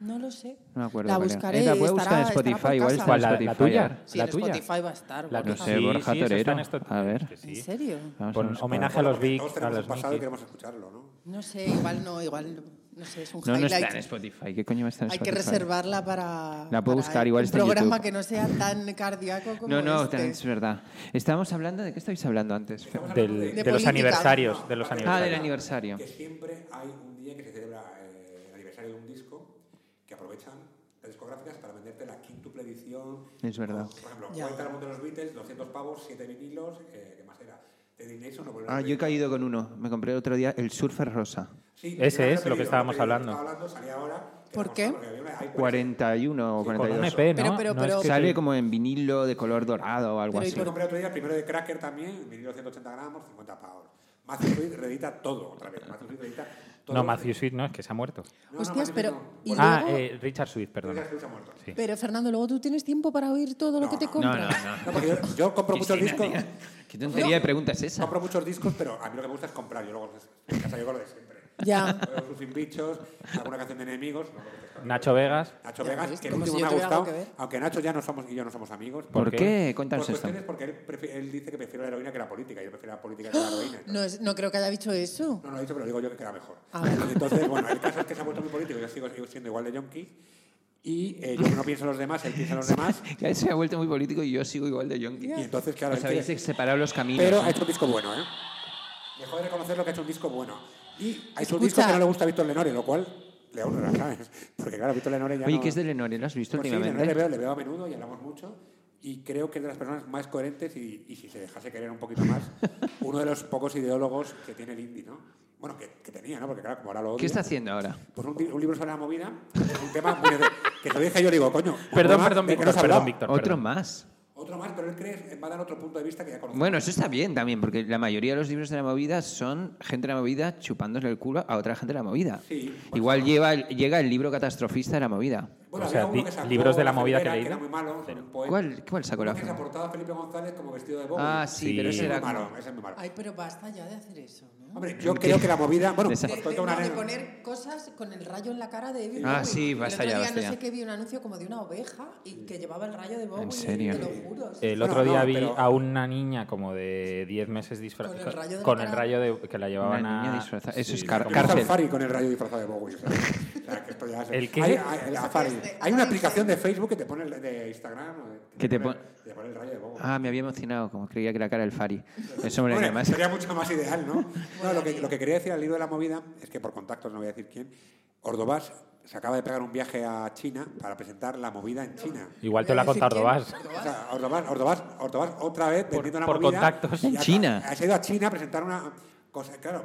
No lo sé.
No me acuerdo
La
cuál era.
buscaré.
Eh, la voy a buscar en
estará- estará
Spotify,
por
igual
casa.
está en
¿Cuál, la- la
Spotify.
tuya?
ahora.
Sí,
¿La
en
tuya?
Spotify va a estar.
La
guapa.
No sé, Borja
eso está en
Torero.
esto-
A ver.
Que sí.
¿En serio?
Vamos a
Con
buscar.
homenaje a los Big,
Todos
a
tenemos
los
un pasado y
Nikis.
queremos escucharlo, ¿no?
No sé, igual no, igual no sé, es un
No, no
highlight.
está en Spotify. ¿Qué coño está en
Hay
Spotify?
que reservarla para
La puedo
para
buscar, igual
un
está en
programa
YouTube.
que no sea tan cardíaco como
No, no,
este.
es verdad. Estábamos hablando de qué estáis hablando antes.
Del- de, los
política.
aniversarios. De los
Ah, del
aniversarios.
aniversario.
Que siempre hay un día que se celebra eh, el aniversario de un disco que aprovechan las discográficas para venderte la quíntuple edición.
Es verdad.
Con, por ejemplo,
Ya.
40 álbumes de los Beatles, 200 pavos, 7 vinilos, eh, ¿qué más era? De Dick Nixon, no vuelven a
Ah, yo he
pedir.
caído con uno. Me compré el otro día el Surfer Rosa.
Sí,
Ese
no lo he
es lo que
pedido,
estábamos
no lo he
hablando.
pedido, estaba hablando, salía ahora, que
¿Por
no
qué?
me acuerdo, había una- hay
41 o
Con un
42.
E EP, ¿no?
Pero, pero,
No
pero-
es que-
Sale como en vinilo de color dorado o algo
Pero, ¿y
así.
Yo compré otro día el primero de Cracker también, vinilo 180 gramos, 50 pavos. Matthew Reed reedita todo otra vez. Matthew Reed reedita todo.
No, Matthew Sweet no, es que se ha muerto.
No, no,
Hostias,
Matthew
pero
Reed no.
y
Bueno,
Ah,
luego-
eh, Richard Sweet, perdón.
Richard Reed se ha muerto.
Sí.
pero Fernando, luego tú tienes tiempo para oír todo lo que te
No,
compras.
no, no.
No, porque yo, yo compro muchos discos.
Cristina, tía, ¿Qué tontería de pregunta es esa?
Compro muchos discos, pero a mí lo que me gusta es comprar. Yo luego ya salgo con lo de siempre.
Ya.
Luego sus sin bichos, alguna canción de enemigos. no, porque-
Nacho Vegas.
Nacho
Ya
Vegas,
ves,
que el
como si
último
yo
me ha
tuviera algo
gustado.
que ver.
Aunque Nacho ya no somos y yo no somos amigos.
¿Por,
¿Por
qué?
qué?
Cuéntanos
por
esto.
cuestiones porque él, prefi- él dice que prefiere la heroína que la política. Yo prefiero la
<gasps>
política que la heroína. entonces-
No, es- no creo que haya dicho eso.
No, no lo he dicho, pero digo yo que queda mejor.
Ah, vale.
Entonces, bueno, el caso es que se ha vuelto muy político. Yo sigo, sigo siendo igual de yonki. Y eh, yo no pienso en los demás,
<laughs>
él piensa en los demás.
Ya se ha vuelto muy político y yo sigo igual de yonki.
Y entonces, claro,
Os
él
habéis
quiere-
separado los caminos.
pero
¿no?
ha hecho un disco bueno, ¿eh? Dejó de reconocerlo que ha hecho un disco bueno. Y ha hecho
Escucha.
un disco que no le gusta a Víctor Lenore, lo cual le honra, ¿sabes? Porque claro, Víctor Lenore ya
Oye,
no...
¿qué es de Lenore? ¿Lo has visto
Pues sí,
últimamente?
Lenore le veo, le veo a menudo y hablamos mucho. Y creo que es de las personas más coherentes y, y si se dejase querer un poquito
<laughs>
más, uno de los pocos ideólogos que tiene el indie, ¿no? Bueno, que, que tenía, ¿no? Porque claro, como ahora lo odio...
¿Qué está haciendo ahora?
Pues un, di- un libro sobre la movida, un tema muy de- que te lo dije yo, digo, coño. un
Perdón,
tema
perdón,
del que
Víctor.
no se ha
Perdón,
hablado.
Víctor.
Otro
perdón.
más.
Otro más, pero él cree, va a dar otro punto de vista que ya conocemos.
Bueno, eso está bien también, porque la mayoría de los libros de la movida son gente de la movida chupándose el culo a otra gente de la movida.
Sí, pues
Igual lleva el- llega el libro catastrofista de la movida.
Bueno,
O
había
sea,
uno
di-
que sacó
libros de la movida que
Cervera,
leí,
era
¿no?
muy malo, un poema.
¿Cuál, cuál sacó la
Uno que se
foto?
aportaba a Felipe González como vestido de Bowie.
Ah, sí,
Sí.
pero
Ese
ese
es muy
era...
malo,
como-
ese es muy malo.
Ay, pero basta ya de hacer eso, ¿no?
Hombre, yo creo que
<laughs>
la movida... Bueno,
De
os
esa-
De, de-
cuento una
no, de
anécdota.
poner cosas con el rayo en la cara de David
Ah,
Bowie.
sí,
El
basta
otro
ya,
día
basta
no
ya.
sé qué vi un anuncio como de una oveja y que llevaba el rayo de Bowie.
serio? Eh,
Te lo juro. sí,
El
sí.
otro
Bueno,
día
no,
vi
pero-
a una niña como de 10 meses disfrazada.
Con el rayo de la cara.
que la llevaban
Una
a.
niña disfrazada. Eso es
Sí,
car-
como-
Yo he visto
Cárcel.
al Fari con el rayo disfrazado de Bowie.
<laughs>
O sea, o sea, que esto ya se-
¿El qué?
Hay, hay- el Fari.
de-
Hay una aplicación de Facebook que te pone el de Instagram. o de-
Que te
pone-
pon-
te pone el rayo de Bowie.
Ah, me había emocionado, como creía que era cara del Fari. Eso, hombre,
Hombre,
que además...
Sería mucho más ideal, ¿no? No, lo que, lo que quería decir al libro de la movida es que por contactos, no voy a decir quién, Ordovás se acaba de pegar un viaje a China para presentar la movida en China.
Igual te lo ha
Eh,
Voy a decir
contado Ordovás.
quién.
O sea, Ordovás, Ordovás, Ordovás otra vez vendiendo la
por
movida.
contactos.
En
Y ha-
China.
Ha, se ido a China a presentar una cosa, claro.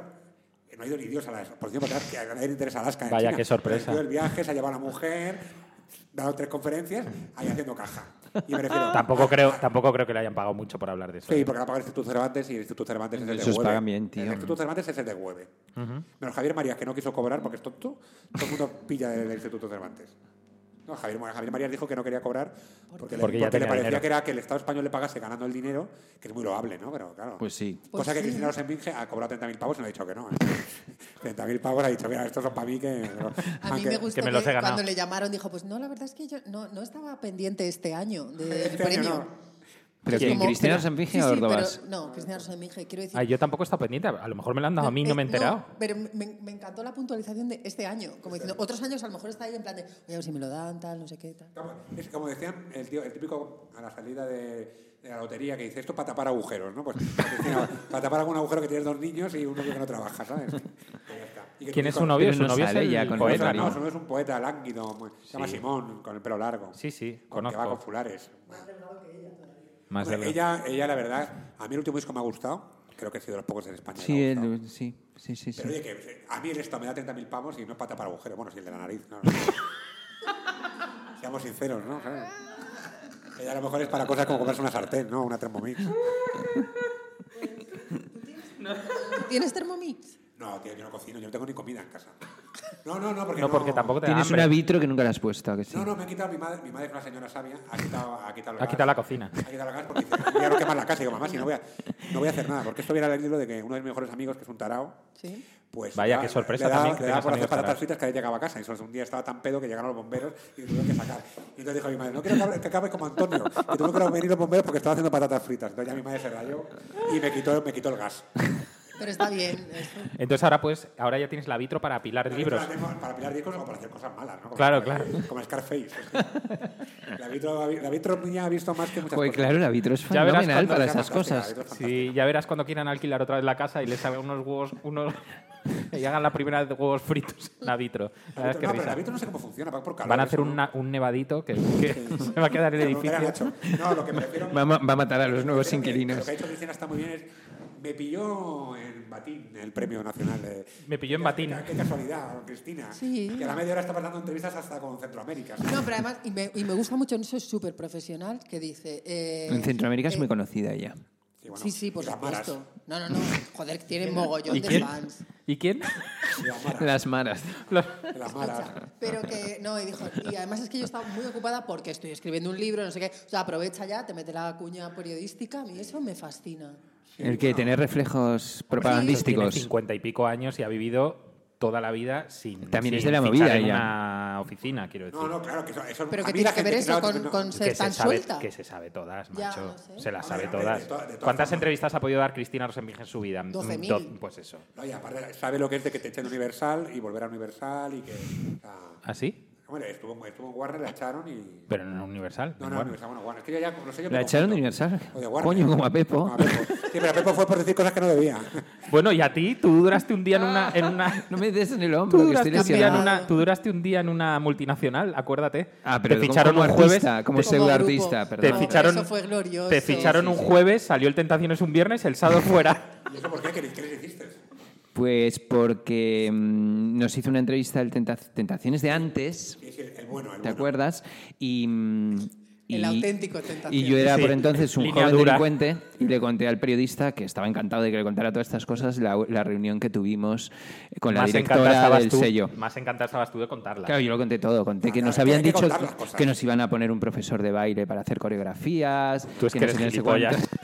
No ha ido ni Dios a la exposición porque que a nadie le interesa Alaska. en
Vaya,
China.
qué sorpresa.
Ha ido el viaje, se ha llevado a la mujer, dado tres conferencias, ahí haciendo caja. Y me refiero-
Tampoco creo, tampoco creo que le hayan pagado mucho por hablar de eso. ¿eh?
Sí, porque la paga el Instituto Cervantes y el Instituto Cervantes es el de
Esos
Güeve.
pagan bien, tío.
El Instituto Cervantes es el de Güeve. Menos Javier Marías, que no quiso cobrar porque es tonto. Todo el mundo pilla del Instituto Cervantes. No, Javier, Javier Marías dijo que no quería cobrar porque, le-
Porque ya
porque le
tenía
parecía
dinero.
que era que el Estado español le pagase ganando el dinero, que es muy loable, ¿no? Pero claro.
Pues sí.
Pues
Cosa que
sí.
Cristina Rosenvinge ha cobrado 30.000 pavos y no ha dicho
<laughs>
que no. ¿eh? 30.000 pavos ha dicho, mira, estos son para mí Ah, que...
A mí
aunque-
me gustó
que
que,
me los he ganado.
cuando
<laughs>
le llamaron dijo, pues no, la verdad es que yo no, no estaba pendiente este año del
Este año
premio.
no.
¿Pero
¿Quién?
quién? ¿Cristina
espera,
Rosenvinge
sí,
o
sí, pero-
Ordovás?
No, Cristina Rosenvinge. Quiero decir...
Ah, yo tampoco he estado pendiente. A lo mejor me lo han dado a mí y no
eh,
me he enterado.
pero me, me encantó la puntualización de este año. Como diciendo, otros años a lo mejor está ahí en plan de, oye, a ver si me lo dan, tal, no sé qué, tal.
Claro, Es como decían el, tío, el típico a la salida de, de la lotería que dice esto para tapar agujeros, ¿no? Pues <laughs> decía, para tapar algún agujero que tienes dos niños y uno que no
<laughs>
trabaja, ¿sabes? Y ya está. Y que
¿Quién
tu
es
hijo-
su novio?
Pero
Su
no
novio es
sale ya
el
con
No,
el
poeta,
no,
¿no?
su novio es un poeta lánguido, muy- se llama Simón, con el pelo largo.
Sí, sí,
Con- Que va
conozco.
con fulares.
Más
Hombre,
de-
ella, ella, la verdad, a mí el último disco me ha gustado. Creo que he sido de los pocos en España. que
Sí,
me ha
el-
gustado.
sí, sí, sí. sí.
Pero oye, que eh, a mí el esto me da 30.000 pavos y no es pata para agujeros. Bueno, si el de la nariz, ¿no? Seamos sinceros, ¿no? Claro. Ella a lo mejor es para cosas como comerse una sartén, ¿no? Una Thermomix.
¿Tienes Thermomix?
No, tío, yo no cocino, yo no tengo ni comida en casa. No, no, no, porque
No, porque tampoco te da
Tienes
hambre.
una vitro que nunca la has puesto, ¿a que sí?
No, no, me ha quitado mi madre, mi madre es una señora sabia, ha quitado, ha quitado el
Ha
gas.
quitado la cocina.
Ha quitado el gas porque dice, voy a quemar la casa. Y digo, mamá, si no voy a, no voy a hacer nada, porque esto viene al libro de que uno de mis mejores amigos, que es un tarao,
Sí.
Pues
Vaya,
ya
qué sorpresa
le daba-
también que
le daba
tengas
por hacer
amigos
patatas
árabes.
fritas que había llegado a casa. Y solo un día estaba tan pedo que llegaron los bomberos y tuvieron que sacar. Y entonces dijo a mi madre, no quiero que acabe- que acabe como Antonio, que tuvo que venir los bomberos porque estaba haciendo patatas fritas. Entonces ya mi madre se rayó y me quitó, me quitó el
<laughs>
gas.
Pero está bien. esto.
Entonces ahora pues, ahora ya tienes la vitro para apilar libros.
Para, hacer- para pilar discos o para hacer cosas malas, ¿no? Como-
Claro, claro.
Como Scarface. La vitro, la vitro mía ha visto más que muchas
Pues
cosas.
claro, la vitro es
Ya verás
fenomenal
cuando
para
sea
esas
fantástica,
cosas.
la vitro es
Sí, ya verás cuando quieran alquilar otra vez la casa y les hagan unos huevos, unos <laughs> y hagan la primera de huevos fritos en la vitro. La
La
verdad es
vitro-
que
no, pero la
risa.
vitro no sé cómo funciona, va por calor.
Van a hacer
eso, ¿no?
una- un nevadito que,
<laughs>
que se va a quedar el
Pero lo que
edificio.
han hecho. No, lo que
<laughs>
me refiero...
Va, a ma- va a matar a los nuevos
Creo que- Lo
inquilinos.
<laughs> que ha hecho Cristina está muy bien. es- me pilló en Batín, el premio nacional. De,
Me pilló en Batín.
Qué casualidad, Cristina.
Sí.
Que a la media hora está pasando entrevistas hasta con Centroamérica. ¿sabes?
No, pero además, y me, y me gusta mucho, eso es súper profesional, que dice... eh,
En Centroamérica es
eh,
muy conocida ya.
Sí, bueno,
Sí, sí, por
y las maras.
supuesto. No, no, no. Joder,
<laughs>
tienen mogollón
¿Y
de
quién?
fans.
¿Y quién?
Y las maras.
<laughs> Las maras.
Los-
<laughs>
y las maras.
Escucha, pero que no, y dijo, y además es que yo estaba muy ocupada porque estoy escribiendo un libro, no sé qué. O sea, aprovecha ya, te mete la cuña periodística, a mí eso me fascina.
El que tener reflejos
Tiene
propagandísticos.
cincuenta y pico años y ha vivido toda la vida sin
También es
sin
de la
fichar
movida
en
ella.
una oficina, quiero decir.
No, no, claro, que eso, eso
Pero
a
que
mí la
tiene que ver
gente-
eso
claro,
con,
no-
con ser
que, se
tan
sabe,
suelta.
que se sabe todas,
Ya,
macho.
no sé.
Se las
Hombre,
sabe
hombre,
todas.
de to- de todas
¿Cuántas
formas.
entrevistas ha podido dar Cristina Rosenvinge en su vida? Mm,
12.000.
do- Pues eso.
No, y aparte, sabe lo que es de que te echen de Universal y volver a Universal y que. o sea,
¿Así?
hombre, estuvo, estuvo en Warner, la echaron y.
¿Ah, Pero no en Universal.
No,
en
no,
Warner.
Universal, bueno, Warner. Es que yo ya no sé, yo me
La echaron de
confundo.
Universal.
O de Warner.
Coño, como a Pepo.
Como a Pepo. Sí, pero a Pepo fue por decir cosas que no debía.
Bueno, y a ti, tú duraste un día en
Ah.
una. En
<laughs>
una...
<laughs>
<laughs>
No me des en el
Tú
hombro, que
duraste,
estoy
un día en
lesionado.
una, tú duraste un día en una multinacional, acuérdate.
Ah, pero
te
como-
ficharon
como
un jueves.
artista, como
te-
Como
pseudo
grupo.
artista,
te
perdón.
No,
ficharon,
eso fue glorioso.
te ficharon un jueves, salió el Tentaciones un viernes, el
<laughs>
sábado fuera.
¿Y eso por qué? ¿Qué le- qué le hiciste?
Pues porque mm, nos hizo una entrevista del Tenta- Tentaciones de antes,
Sí, sí, el bueno, el
¿te
bueno.
acuerdas? Y, mm, y-
El auténtico Tentaciones.
Y yo era
Sí,
por entonces un
línea
joven
dura.
delincuente y le conté al periodista que estaba encantado de que le contara todas estas cosas la, la reunión que tuvimos con la
Más encantada
directora
estabas
del
tú-
sello.
Más encantada estabas tú de contarla.
Claro, yo lo conté todo. Conté que
Claro,
nos
hay
habían
que
dicho
contar las cosas.
que nos iban a poner un profesor de baile para hacer coreografías.
Tú es que,
no
eres
sé qué, no sé
gilipollas.
cuánto.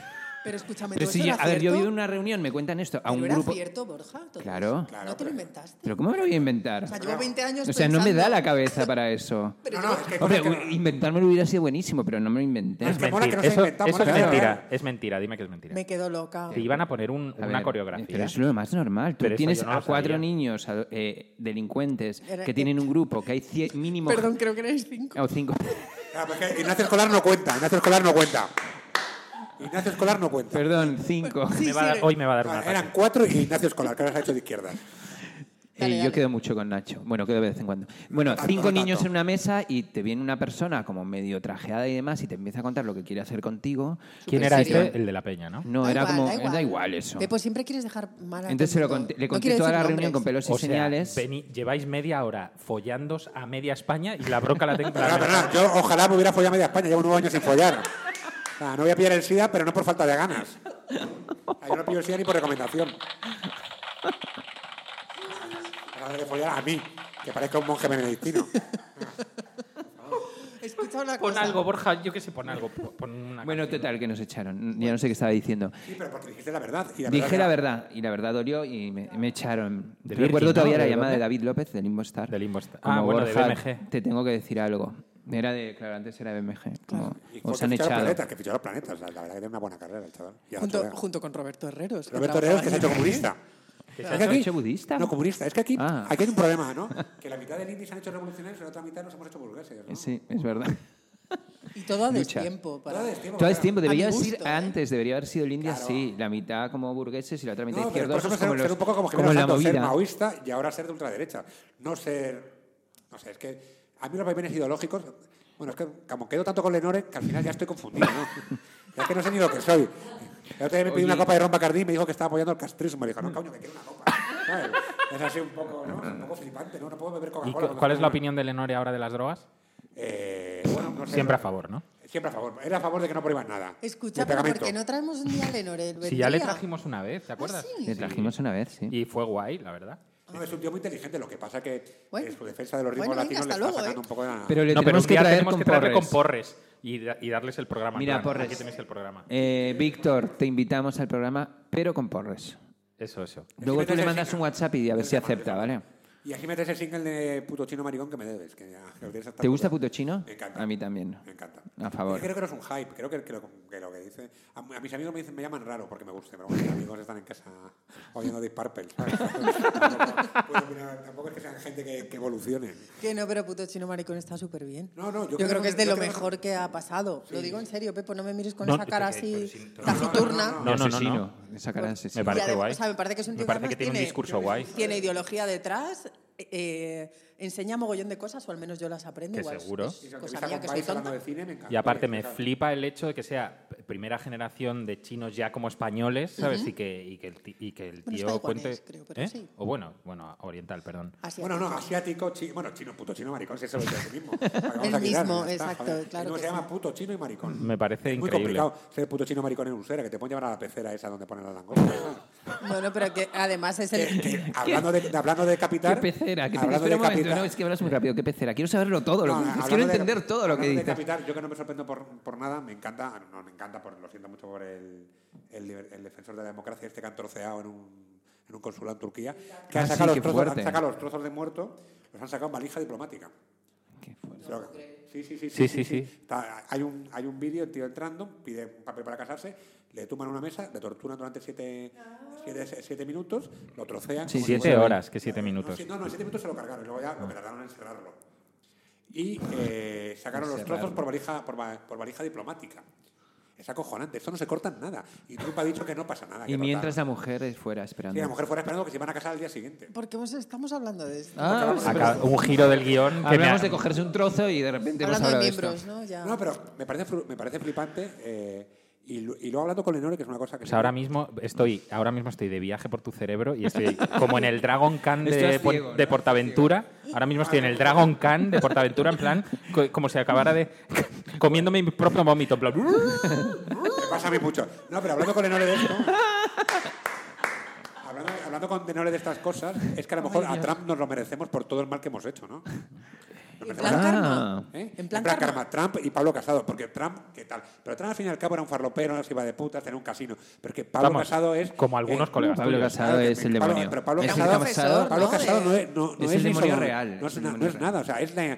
Pero escúchame,
Pero
¿tú
si
eso
yo,
era
a ver, yo vi
cierto?
una reunión, me cuentan esto, a un
Pero era
grupo...
cierto, Borja? todo
Claro.
eso?
Claro,
¿No te
pero-
lo inventaste?
¿Pero cómo me lo voy a inventar?
O sea, llevo 20 años
O sea, no me da
pensando-
la cabeza para
<laughs>
eso.
Pero
No,
yo-
no, es que
Hombre,
cosas que no-
inventármelo hubiera sido buenísimo, pero no me lo inventé.
Es que mola que no se
eso
inventamos,
eso es
claro.
mentira, es mentira, dime que es mentira.
me quedo loca.
Te iban a poner un-
A
una
ver,
coreografía.
Pero es lo más normal. Tú
Pero eso
tienes
yo no
a
lo
cuatro
sabía.
niños a- eh, delincuentes
Era-
que tienen un grupo, que hay cie- mínimo...
Perdón, creo que eres 5.
O cinco. <laughs>
Claro, pero ah, pues es que Ignacio Escolar no cuenta, Ignacio Escolar no cuenta. Ignacio Escolar no cuenta.
Perdón, cinco. <laughs>
Me va a dar- hoy me va a dar una
Ah, Eran cuatro y Ignacio Escolar, que ahora se ha hecho de izquierda.
Dale,
Eh,
dale.
Yo quedo mucho con Nacho. Bueno, quedo de vez en cuando. Bueno,
tanto,
cinco
no
niños
tanto.
en una mesa y te viene una persona como medio trajeada y demás y te empieza a contar lo que quiere hacer contigo.
¿Quién
Y
era
decía-
este? El de la peña, ¿no?
No, era como... Da igual, eso.
Pepo, siempre quieres dejar mal al
Entonces se lo
tonto.
conté- le
No
conté
quiero
toda la
decir
reunión con
nombres.
pelos y
O sea,
señales.
veni- lleváis media hora follándos a media España y la bronca <laughs> la tengo
Pero nada, pero nada, yo ojalá me hubiera follado media España, llevo nueve años sin follar. O sea, no voy a pillar el SIDA, pero no por falta de ganas. O sea, Yo no pillo el SIDA ni por recomendación. Ahora de follar a mí, que parezca un monje <laughs> benedictino.
Escucha una
Pon
cosa.
algo, Borja, yo qué sé, pon algo. Pon una
Bueno,
canción.
total, que nos echaron. Ya no sé qué estaba diciendo.
Sí, pero porque dijiste la verdad. Y la
Dije
verdad
la verdad y la verdad dolió y me, me echaron.
¿De
Recuerdo
Virgin, no?
todavía la
¿De
llamada
dónde?
de David López del Limbo Star.
Del Limbo Star.
Como
Ah, bueno, de
Borja,
BMG.
Te tengo que decir algo. Era de, claro, antes era BMG. como-
Y
os
porque
han
fichó a los
echado.
Planetas, que fichó a los planetas. La, la verdad que tiene una buena carrera el chaval. Y a la
Junto,
Chorrea.
junto con Roberto Herreros.
Roberto
trabajaba
Herrero, que se
en
ha hecho
el-
comunista.
¿Se
Es
ha
que aquí-
hecho budista?
No, comunista. Es que aquí,
Ah.
aquí hay un problema, ¿no? Que la mitad del indie se han hecho revolucionarios y la otra mitad nos hemos hecho burgueses. ¿no?
Sí, es verdad.
<laughs> Y todo a
Lucha.
destiempo. Para...
Todo es tiempo,
Todo es
claro.
tiempo, debería
gusto,
ser
¿eh?
antes, debería haber sido el India
Claro.
sí, la mitad como burgueses y la otra mitad
No, pero
izquierdos.
por ejemplo,
como
ser, ser
los-
un poco como,
como
Jiménez
la
Santos, ser
movida.
maoísta y ahora ser de ultraderecha. No ser... No sé, es que a mí los vaivenes ideológicos... Bueno, es que como quedo tanto con Lenore que al final ya estoy confundido, ¿no? ya es que no sé ni lo que soy. El otro día me pedí una copa de Ron Bacardí y me dijo que estaba apoyando el castrismo. Me dijo, no, coño, que quiero una copa. ¿Sabes? Es así un poco, ¿no? Un poco flipante, ¿no? No puedo beber
¿Y
Coca-Cola.
cu- cuál es la opinión de Lenore ahora de las drogas?
Eh, bueno, no sé,
Siempre a
no-
favor, ¿no?
Siempre a favor. Era a favor de que no prohíban nada.
Escucha,
De
pero
pegamento.
¿por qué no traemos un día a Lenore? el
<laughs> Si ya le
Bertía?
trajimos una vez, ¿te acuerdas?
sí?
Le trajimos una vez, sí.
Y fue guay, la verdad.
No, es un tío muy inteligente. Lo que pasa que
Bueno.
en su defensa de los ritmos
Bueno, venga,
latinos
hasta
le está
luego,
sacando
¿eh?
un poco de la...
Pero le
no, pero
tenemos
un
que
día
traer
tenemos
con
que traerle
porres.
con porres y, da- y darles el programa.
Mira,
en plan,
porres.
Aquí tenéis el programa.
Eh, Víctor, te invitamos al programa, pero con porres.
Eso, eso.
Luego tú
Jiménez
le
es
mandas
chica.
un WhatsApp y a ver si acepta, ¿vale?
Y aquí metes el single de puto chino maricón que me debes. Que ya- que lo tienes hasta
¿Te
el
gusta
culo.
puto chino?
Me encanta.
A mí también.
Me encanta.
A favor.
Es que creo que no es un hype. Creo que, que lo, que lo que dice... A, a mis amigos me, dicen, me llaman raro porque me gusta. Pero bueno, mis amigos están en casa oyendo Deep Purple.
<laughs>
¿sabes? tampoco, puedo opinar- tampoco es que sean gente que, que evolucione.
Que no, pero puto chino maricón está súper bien.
No, no, yo
yo,
creo
creo que
que-
es de
yo
lo
creo que-
mejor que ha pasado. Lo digo en serio, Pepo, no me mires con
No,
esa cara
pero que- pero
así
si- no, no,
taciturna.
no,
De
no, no.
asesino, Esa cara de asesino.
Me parece
Y además,
guay.
o sea, me parece que es un
Me
tío
parece
además
que tiene un discurso guay.
Tiene ideología detrás, eh, enseña mogollón de cosas, o al menos yo las aprendo.
Que
igual es-
seguro.
es
Y si
cosa
entrevista
mía
con
que soy
Pais hablando
tonta.
de cine, me encanta.
Y aparte me
O sea,
flipa el hecho de que sea p- primera generación de chinos ya como españoles, ¿sabes? y, que, y, que el, ti- y que el
Bueno, es
tío
taiwanés,
cuente...
creo, pero
¿Eh?
sí.
O bueno, bueno, oriental, perdón.
Así
Bueno,
es.
no, asiático, chino, bueno, chino, puto chino, maricón, si eso lo dice
<laughs>
el mismo. Para que vamos
El
a quitarlo,
mismo,
ya está,
exacto,
joder.
claro
Y no
que
se llama
sí.
puto chino y maricón.
Me parece
es muy
increíble.
complicado ser puto chino maricón en Usera, que te pueden llevar a la pecera esa donde ponen la langosta. ¿sabes?
Bueno, pero que además es
<laughs> Que-
el.
<laughs>
que hablando, de, de- hablando de
¿Qué
capital...
pecera? ¿Qué
hablando
espera
de
un momento,
capital-
no, es que hablas muy rápido. ¿Qué pecera? Quiero saberlo todo. lo-
No,
es-
hablando
quiero
de-
entender todo lo que
hablando de
dices.
capital, yo que no me sorprendo por, por nada, me encanta, no me encanta, por, lo siento mucho por el, el, liber- el defensor de la democracia, este que han troceado en un, en un consulado en Turquía, que
Ah,
han
sí,
sacado,
qué
los trozos,
fuerte.
han sacado los trozos de muerto, los han sacado en valija diplomática.
Qué fuerte.
Se lo- Sí, sí, sí.
Sí,
sí,
sí,
sí,
sí.
Está- Hay un, hay un vídeo, el tío entrando, pide un papel para casarse, le tuman una mesa, le torturan durante siete, siete, siete minutos, lo trocean.
Sí, sí,
como si
Siete Ah.
Siete
bueno.
horas,
horas,
que siete
No,
minutos.
sí, no, no, siete minutos se lo cargaron y luego ya lo que tardaron en cerrarlo. Y eh, sacaron los
Encerrarlo.
trozos por valija, por, va- por valija diplomática. Es acojonante, esto no se corta en nada. Y Trump ha dicho que no pasa nada.
Y mientras la mujer es fuera esperando.
la mujer fuera esperando que se van a casar al día siguiente.
Porque hemos- estamos hablando de esto.
Ah,
un giro del guión que me ha-
Hablamos de cogerse un trozo y de repente hemos
hablando de
hablado de esto.
miembros, ¿no? Ya.
No, pero me parece, fru- me parece flipante. eh, y, lu- y luego hablando con Lenore, que es una cosa que.
O sea, Pues ahora mismo estoy, ahora mismo estoy de viaje por tu cerebro y estoy como en el Dragon Khan de,
Estás
Pon-
ciego, ¿no?
de Portaventura. Ahora mismo estoy en el Dragon Khan de Portaventura, en plan, co- como si acabara de comiéndome mi propio vómito. en plan,
Me pasa a mí mucho. No, pero hablando con Lenore de esto. hablando, hablando con Lenore de estas cosas, es que a lo mejor a Trump nos lo merecemos por todo el mal que hemos hecho, ¿no? Nos
En
merecemos-
plan
Ah,
Ah.
karma.
¿Eh?
En plan karma.
Trump y Pablo Casado, porque Trump, ¿qué tal? Pero Trump al fin y al cabo era un farlopero, se iba de putas, tenía un casino. Pero que Pablo
Vamos,
Casado es. eh,
como algunos colegas
Pablo
tuyos.
Casado
Claro,
es
que
el
mi- Pablo-
demonio.
pero Pablo
es
Casado-
el Casado.
Pablo
¿no? eh,
Casado no
De-
es, no, no
es
es,
el
ni
demonio
sobrino,
real,
No
es
es,
el
na-
demonio
no es nada. O sea, es la,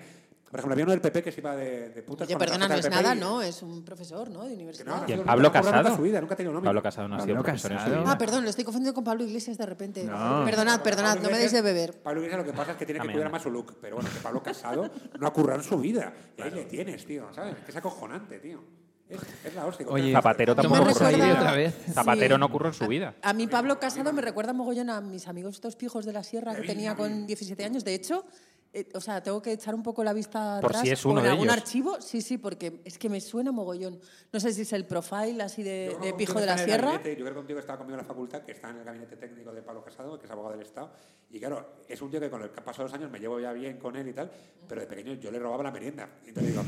por ejemplo, había uno del PP que se iba de, de putas.
Oye,
con la
perdona,
tarjeta
no es
del PP
nada,
y-
¿no? Es un profesor, ¿no? De
que no, no ha
universidad.
¿Y
sido
en
nunca-
Pablo
ha cobrado
Casado?
Nunca su vida, nunca ha tenido nómina.
Pablo Casado no ha
Pablo
sido profesor en su
Casado.
vida.
Ah, perdón, lo estoy confundiendo con Pablo Iglesias de repente. Perdonad, perdonad, Ah, no me deis de beber.
Pablo Iglesias lo que pasa es que tiene que
Dame,
cuidar
Ana.
más su look. Pero bueno, que Pablo Casado no ha currado en su vida. Y ahí le tienes, tío, ¿sabes? Es que es acojonante, tío. Es, es la hostia.
Oye,
Zapatero
No me
tampoco curró en su
recuerda-
vida.
otra vez.
Zapatero
Sí.
no curró en su vida.
A mí Pablo Casado me recuerda mogollón a mis amigos estos pijos de la sierra que tenía con 17 años. De hecho, eh, o sea, tengo que echar un poco la vista
Por
atrás
si es uno
por
de
algún
ellos.
archivo. Sí, sí, porque es que me suena mogollón. No sé si es el profile así
Yo
de, de
creo que contigo
pijo de
está
la
en el
sierra.
gabinete, Yo creo que contigo estaba conmigo en la facultad, que está en el gabinete técnico de Pablo Casado, que es abogado del Estado. Y claro, es un tío que con el que han pasado los años me llevo ya bien con él y tal, pero de pequeño yo le robaba la merienda. Y te digo,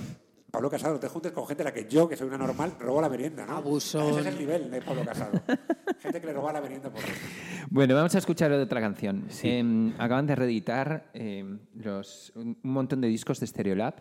Pablo Casado, no te juntes con gente a la que yo, que soy una normal, robo la merienda, ¿no?
Abusón.
Ese es el nivel de Pablo Casado. gente que le roba la merienda por
Bueno, vamos a escuchar otra canción. Em, Eh, acaban de reeditar eh, los, un un montón de discos de Stereolab.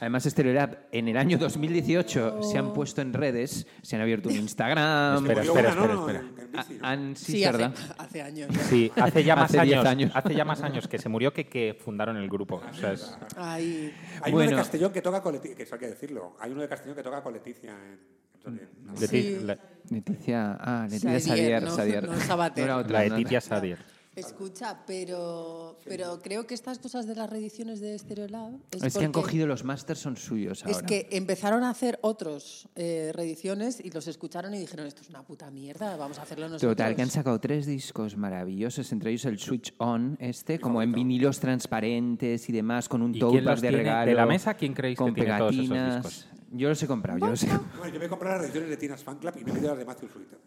Además, Stereolab en el año 2018 se han puesto en redes, se han abierto un Instagram. Ah,
Espera,
Yo
espera,
una, no,
espera, espera.
no, en- en bici, ¿no?
han, sí,
Sí,
es
hace,
verdad.
hace años.
Sí, hace ya más
Hace diez
años,
años.
Hace ya más años que se murió que, que fundaron el grupo. O sea, es-
Ay,
Hay uno
Bueno.
de Castellón que toca con Leticia, que eso hay que decirlo. Hay uno de Castellón que toca con Leticia en- en Torrent, ¿no?
de ti- la,
Leticia, ah, Leticia
Sadier,
Sadier,
no-
Sadier.
no Sabater.
era
la
otra,
de
no,
Titia Sadier.
escucha, pero, pero creo que estas cosas de las reediciones de Stereolab...
Es, que han
porque-
cogido los masters son suyos ahora.
Es que empezaron a hacer otros eh, reediciones y los escucharon y dijeron, esto es una puta mierda, vamos a hacerlo nosotros.
Total, que han sacado tres discos maravillosos, entre ellos el Switch On, este, como en vinilos transparentes y demás, con un
¿Y
tote
quién
bag
los
de
tiene?
regalo.
¿De la mesa quién creéis que
con
tiene todos esos
pegatinas.
discos?
Yo los he comprado, yo los he
Bueno, yo me he comprado las ediciones de Tinas Fan Club y me he pedido las de Matthew Sweeter.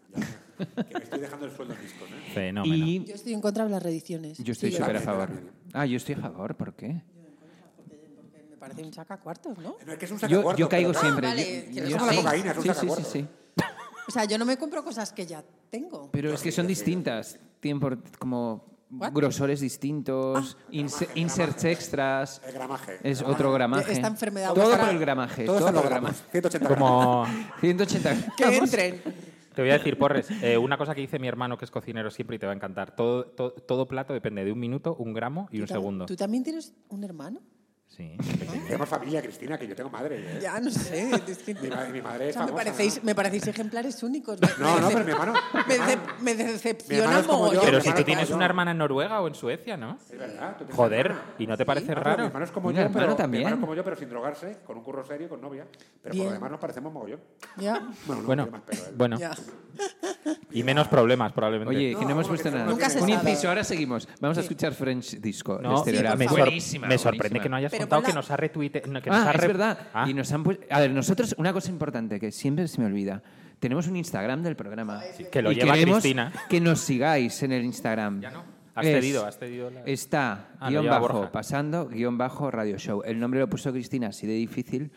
Ya, que me estoy dejando el sueldo en discos, ¿eh?
Fenómeno.
Y
Yo estoy en contra de las reediciones.
yo estoy
Sí,
súper a
también,
favor.
yo también.
Ah, yo estoy a favor, ¿por qué?
Me parece un saca cuartos, ¿no?
No, es que es un
Yo,
sacacuartos,
yo caigo
pero- Ah,
siempre.
vale,
yo-
que
yo
es
como la
sí.
cocaína, es un
Sí, sí, sí,
sacacuartos.
sí.
O sea, yo no me compro cosas que ya tengo.
Pero es que son distintas. Tienen por- como
What?
grosores distintos, inse-
gramaje.
inserts extras.
El gramaje. Ah,
Es otro gramaje.
Esta enfermedad
Todo
vuestra-
por el gramaje.
Todos
Todo
son
por
los
el
gramos.
gramaje.
180 gramos.
Como
180
<laughs> Que
gramos.
entren.
te voy a decir, Porres, eh, una cosa que dice mi hermano que es cocinero siempre y te va a encantar. Todo, to- todo plato depende de un minuto, un gramo y un
¿Tú tam-
segundo.
¿Tú también tienes un hermano?
Sí.
Tenemos familia, Cristina, que yo tengo madre. ¿eh?
Ya, no sé. es que-
Mi madre- mi madre
O
es
sea, me,
famosa,
parecéis,
¿no?
me parecéis ejemplares únicos. Me-
No,
me
no,
decep-
pero mi
<laughs>
hermano-
Me,
mi hermano-
decep- me
mi hermano
decepciona
es como yo,
mogollón.
mi
Pero
hermano
si
es
tú
como
tienes
yo.
una hermana en Noruega o en Suecia, ¿no?
Es verdad. tú tienes
Joder,
hermana.
¿y no te parece
Claro, Mi
raro?
hermano es como
Mi
yo,
hermano
pero,
también.
mi hermano es como yo, pero sin drogarse, con un curro serio, con novia. Pero por
Bien.
lo demás nos parecemos mogollón.
Ya,
Bueno, no
Bueno,
tiene más pelo, ¿eh?
bueno.
<laughs>
ya.
Y menos problemas, probablemente.
Oye, que no
No,
hemos
porque
puesto
eso
nada.
no
Nunca se
Un
sabe.
inciso, ahora seguimos. Vamos a escuchar French Disco. este
No,
de Stereo Lab.
me,
por
sor-
favor.
Buenísima,
me sorprende
buenísima.
que no hayas
Pero
contado
ponla-
que nos ha retuite- no, que nos
Ah,
ha
es
re-
verdad.
Ah.
Y nos han pu- A ver, nosotros, una cosa importante que siempre se me olvida. Tenemos un Instagram del programa.
que lo
y
lleva
queremos
Cristina.
que nos sigáis en el Instagram. Ya
no. Has cedido, has cedido la-
Está,
Ah, lo
guión
lleva
bajo,
Borja.
pasando, guión bajo, radio show. El nombre lo puso Cristina, así de difícil,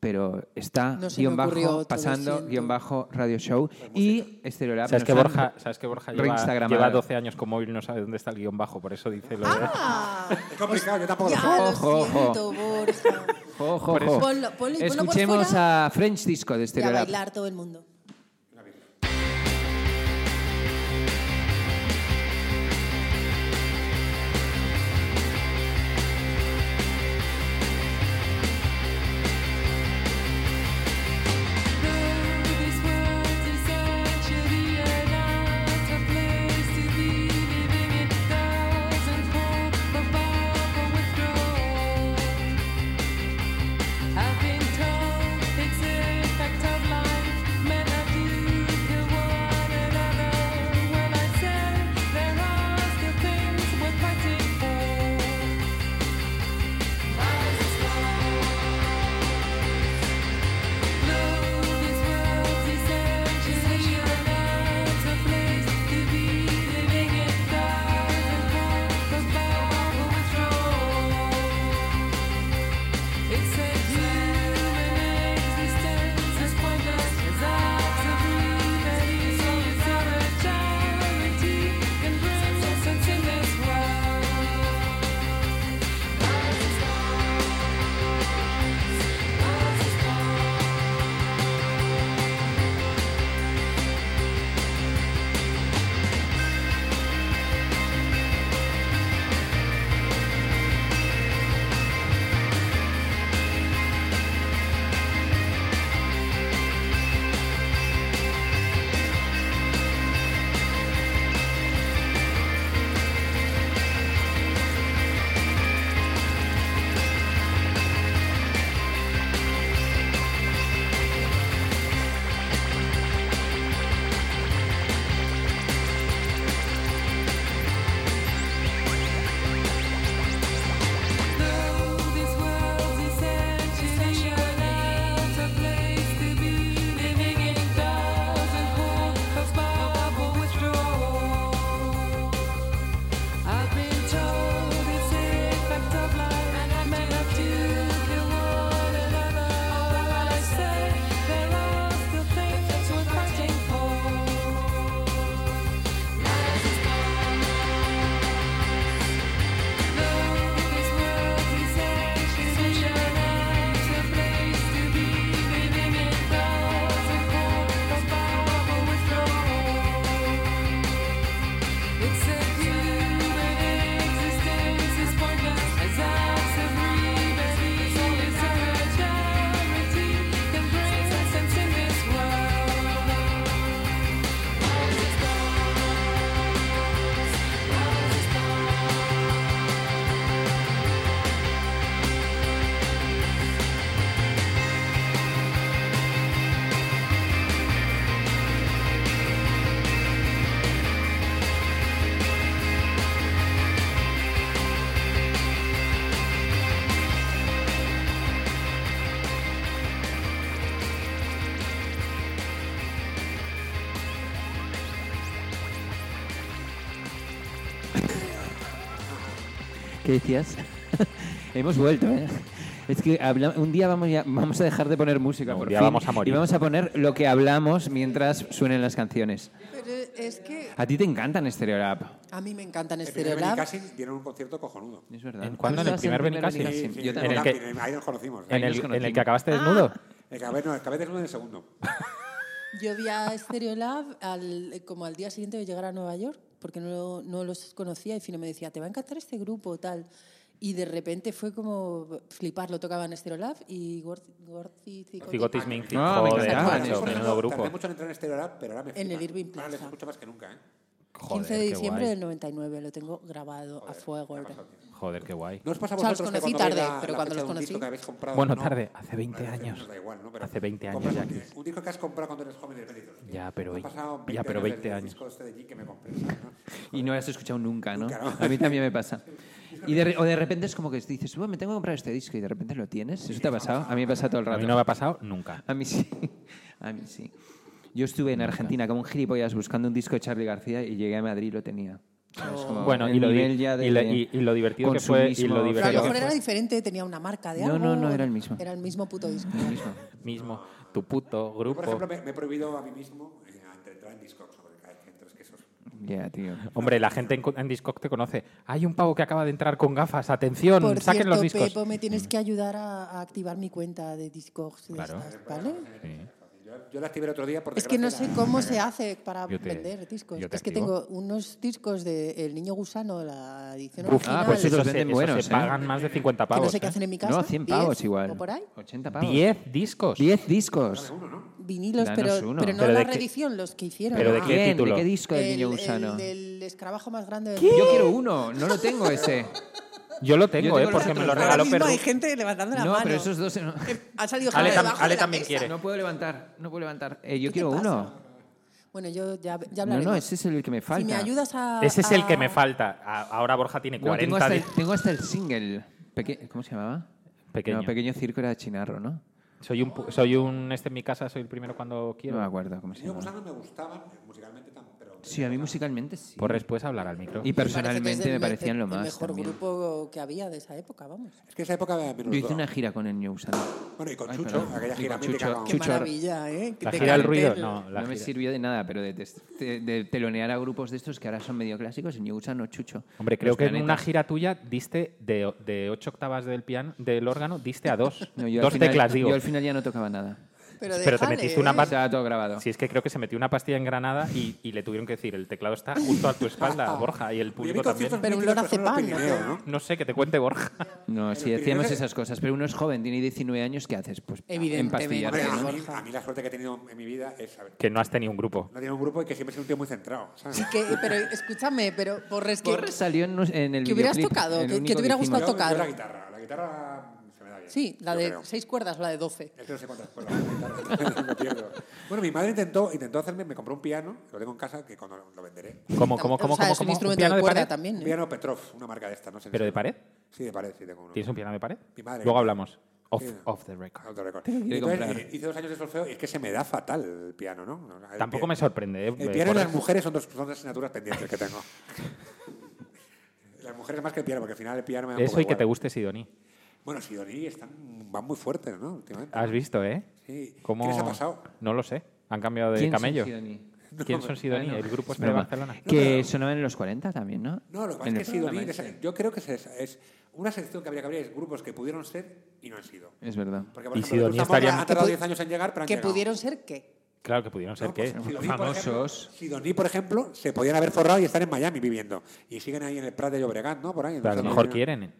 pero está,
No se me
guión
ocurrió
bajo,
otro, lo
pasando,
siento. Pues
guión bajo, radio show. Y este Estereolab.
¿Sabes
nos
que,
han
Borja, ¿Sabes que Borja lleva,
reinstagramado.
lleva 12 años con móvil y no sabe dónde está el guión bajo? Por eso dice lo de...
Es complicado, yo tampoco lo sé.
Ah, Ya, lo
Ojo, ojo.
siento, Borja.
Jo, jo, jo.
Ponlo- ponlo- ponlo por
Escuchemos
fuera.
a French Disco de este
Y a
Estereolab.
bailar todo el mundo.
I've been told it's a fact of life, meant
¿Qué decías? <laughs> Hemos vuelto, ¿eh? Es que habla- un día vamos, ya- vamos a dejar de poner música.
No, un
por
día
fin,
vamos a morir.
Y vamos a poner lo que hablamos mientras suenen las canciones.
Pero es que
A ti te encantan este Stereolab.
a mí me encantan
El primer Benny
Stereolab.
Cassin dieron un concierto cojonudo.
Es verdad.
¿En cuándo?
¿Tú
¿En el
estabas
primer Benny Cassin?
Benny
Sí,
Sí,
Yo
en
también.
el
el
Camping,
que-
ahí nos conocimos.
En
nos
el, en el
conocimos.
que acabaste desnudo.
El Eh, que- a ver, no, el que a veces uno en el segundo.
Yo vi a Stereolab al, eh, como al día siguiente de llegar a Nueva York, porque no, no los conocía y Fino me decía, te va a encantar este grupo, tal. Y de repente fue como flipar, lo tocaban Stereolab y Gorty Gorty-
Cigotis Minky.
Ah, me
Joder,
encantaba
macho,
eso.
menudo grupo.
Tardé mucho en entrar en Stereo Lab, pero ahora me flipan.
el Irving
Ahora les
Plaza.
escucho más que nunca, ¿eh?
15 de
qué
diciembre
guay.
del 99, lo tengo grabado a fuego. ahora.
Joder, qué guay.
¿No os pasa a
O sea, los
vosotros que
conocí
cuando veis
tarde,
la-
pero
la
cuando los
fecha de un
conocí-
disco que habéis comprado,
Bueno,
no,
tarde, hace 20
bueno,
años.
nos da igual, ¿no? Pero
Hace 20 años
compras
ya
un-
que es.
Un disco que has comprado cuando eres joven y eres feliz.
Ya, pero
Han
veinte-
pasado
ya,
20
pero
años del-
20
del
años.
disco este de G que me compré, ¿sabes, no?
Y no lo has escuchado nunca, ¿no?
Nunca, ¿no?
A mí también
<laughs>
me pasa. Y de, re- o de repente es como que dices, "Bueno, me tengo que comprar este disco y de repente lo tienes. ¿Eso te ha pasado? A mí me pasa todo el
A
rato.
mí no me ha pasado nunca.
A mí sí. <laughs> A mí sí. Yo estuve en Argentina como un gilipollas buscando un disco de Charlie García y llegué a Madrid y lo tenía. ¿Sabes? Como
Bueno, y
el
lo di-
nivel ya de
y lo- y- y lo divertido que fue, y
consumismo
lo
Pero a
divertido
lo
que
mejor
fue.
era diferente, tenía una marca de
No,
algo.
no, no, era el mismo.
Era el mismo puto disco.
Mismo, tu puto
Yo, por
grupo.
ejemplo, me, me he prohibido a mí mismo eh, ante entrar en Discord sobre cada vez que entras, que eso es-
Ya, tío.
Hombre, la gente en, en Discog te conoce. Hay un pavo que acaba de entrar con gafas. Atención,
Por
saquen
cierto,
los discos.
Pepo, me tienes que ayudar a, a activar mi cuenta de Discogs. de
Claro.
estas, ¿vale?
Sí.
Yo, yo la activé el otro día porque...
Es que no sé cómo se hace para
Yo te-
vender discos.
yo te
Es que
activo.
tengo unos discos de El Niño Gusano, la edición
Uf,
original,
Ah, pues
que
esos
eso se,
venden
eso
buenos,
se
¿eh?
pagan más de 50 pavos.
no sé qué
¿eh?
hacen en mi casa.
No, 100
10
pavos igual.
O por ahí.
80 pavos.
10 discos.
10 discos.
Vinilos,
Danos
pero,
uno.
pero no
Pero
la
de qué-
reedición, los que hicieron.
pero de
Ah,
qué
Bien,
título?
¿De qué disco del
el-
niño
el
gusano?
del escarabajo más grande del
Yo quiero uno, no lo tengo
<laughs>
ese.
Yo lo tengo,
Yo tengo
¿eh?
los
Porque me
otros
lo
dos.
regaló
Ahora mismo
Perú.
hay gente levantando la
No,
mano.
pero esos dos no,
Ha salido
Ale
gente
tam-
debajo de
Ale
la
también
mesa.
quiere.
no puedo levantar, no puedo levantar. Eh, yo
¿Qué te
quiero
pasa?
uno.
Bueno, yo ya, ya
No,
hablaré.
no, ese es el que me falta.
Si me ayudas a...
Ese es el que
a-
me falta. A- Ahora Borja tiene
No, Ah. tengo,
40.
hasta el,
di-
tengo hasta el single. Peque- ¿Cómo se llamaba?
Pequeño.
No, pequeño circo era Chinarro, ¿no?
Soy un, pu- soy un este en mi casa, soy el primero cuando
No me
quiero.
acuerdo cómo se
Yo
llamaba.
Gusano me gustaban, eh, musicalmente tan, pero...
Sí, a mí musicalmente sí.
Por Pues después hablar al micro.
Y
Parece que es
personalmente
el
me
me-
parecían lo
el
más.
mejor
también.
grupo que había de esa época, vamos.
Es que esa época me me
Yo hice
nubló.
una gira con el New Gusano.
Bueno, y con
Ay,
Chucho,
perdón.
aquella
Y
gira
con
mítica
Chucho.
con-
Qué
Chucho.
maravilla, ¿eh?
La
De
gira del
cartel.
ruido. No, Ah, la
no me
gira.
sirvió de nada, pero de, test- de- de telonear a grupos de estos que ahora son medio clásicos, el New Gusano, Chucho.
Hombre, creo
Pues
Los
que en
Planetas.
una gira tuya diste de, de ocho octavas del piano, del órgano, diste a dos.
No, yo al
dos
final-
teclas, digo.
Yo al final ya no tocaba nada. Pues
Pero,
Pero te
déjale,
metiste una
¿eh?
pa-
Estaba todo grabado.
Si es que creo que se metió una pastilla en Granada y, y le tuvieron que decir, el teclado está justo a tu
<laughs>
espalda, Borja, y el
Yo vi
público
conciertos
también.
Pero un
míticos,
lorazepam,
son los
¿no?
Pirineos, ¿no?
No sé, que te cuente Borja. <laughs>
No, si decíamos esas cosas, pero uno es joven, tiene 19 años, ¿qué haces? Pues
Evidentemente.
empastillarte,
Hombre, a
¿no?
mí, a mí la suerte que he tenido en mi vida es saber,
Que no has tenido un grupo.
no tiene un grupo y que siempre he sido un tío muy centrado. ¿sabes?
Sí, que, pero escúchame, pero Borres, que,
Borre salió en, nos- en el
que hubieras
videoclip,
tocado,
el
que- que
único
te hubiera
hicimos.
gustado
Yo-
tocar.
yo la guitarra, la guitarra se me da bien.
sí, la
yo
de
creo.
seis cuerdas, la de doce.
Es que no sé cuántas cuerdas. la <laughs> guitarra, me pierdo. bueno, mi madre intentó, intentó hacerme, me compró un piano, lo tengo en casa, que cuando lo venderé.
¿Cómo, cómo, cómo,
o sea,
cómo,
es un
cómo? ¿Un
instrumento
piano
de
de
cuerda
pared?
también.
Un
¿eh?
piano Petrov, una marca de esta, no sé. si
¿Pero
se
de
llama.
pared?
Sí, de pared, sí, tengo uno.
¿Tienes un piano de pared?
Mi madre.
Luego hablamos. Off,
Sí.
off the record.
Out of record.
que
Entonces,
comprar.
eh, hice dos años de solfeo y es que se me da fatal el piano, ¿no? El
Tampoco
pie-
me sorprende. ¿eh?
El piano y
Borja.
las mujeres son dos, son dos asignaturas pendientes
<laughs>
que tengo. las mujeres más que el piano, porque al final el piano me da un
Eso
poco
y que te
igual.
guste Sidoní.
Bueno, Sidoní están, van muy fuertes, ¿no? Últimamente.
¿Has visto, eh?
Sí.
¿Cómo...
¿Qué les ha pasado?
No lo sé. Han cambiado de
¿Quién son
camello.
Sidoní?
<laughs>
¿Quién son Sidoní? El grupo este de
Broma.
Barcelona.
Que sonaban en los 40 también, ¿no?
No, lo que
En
pasa es que
el
Sidoní,
programa
les ha-
ese.
yo creo que se- es, una sección que habría que abrir, es grupos que pudieron ser y no han sido.
Es verdad.
Porque, por
Y
ejemplo,
Sidoní
Vetusta Morla
estarían-
ha tardado
Que pu-
10 años en llegar, pero han
Que
llegado.
pudieron ser qué.
Claro que pudieron ser
No,
que
pues, Sidoní, por
famosos.
ejemplo, Sidoní, por ejemplo, se podían haber forrado y estar en Miami viviendo. Y siguen ahí en el Prat de Llobregat, ¿no? Por ahí.
a lo mejor quieren.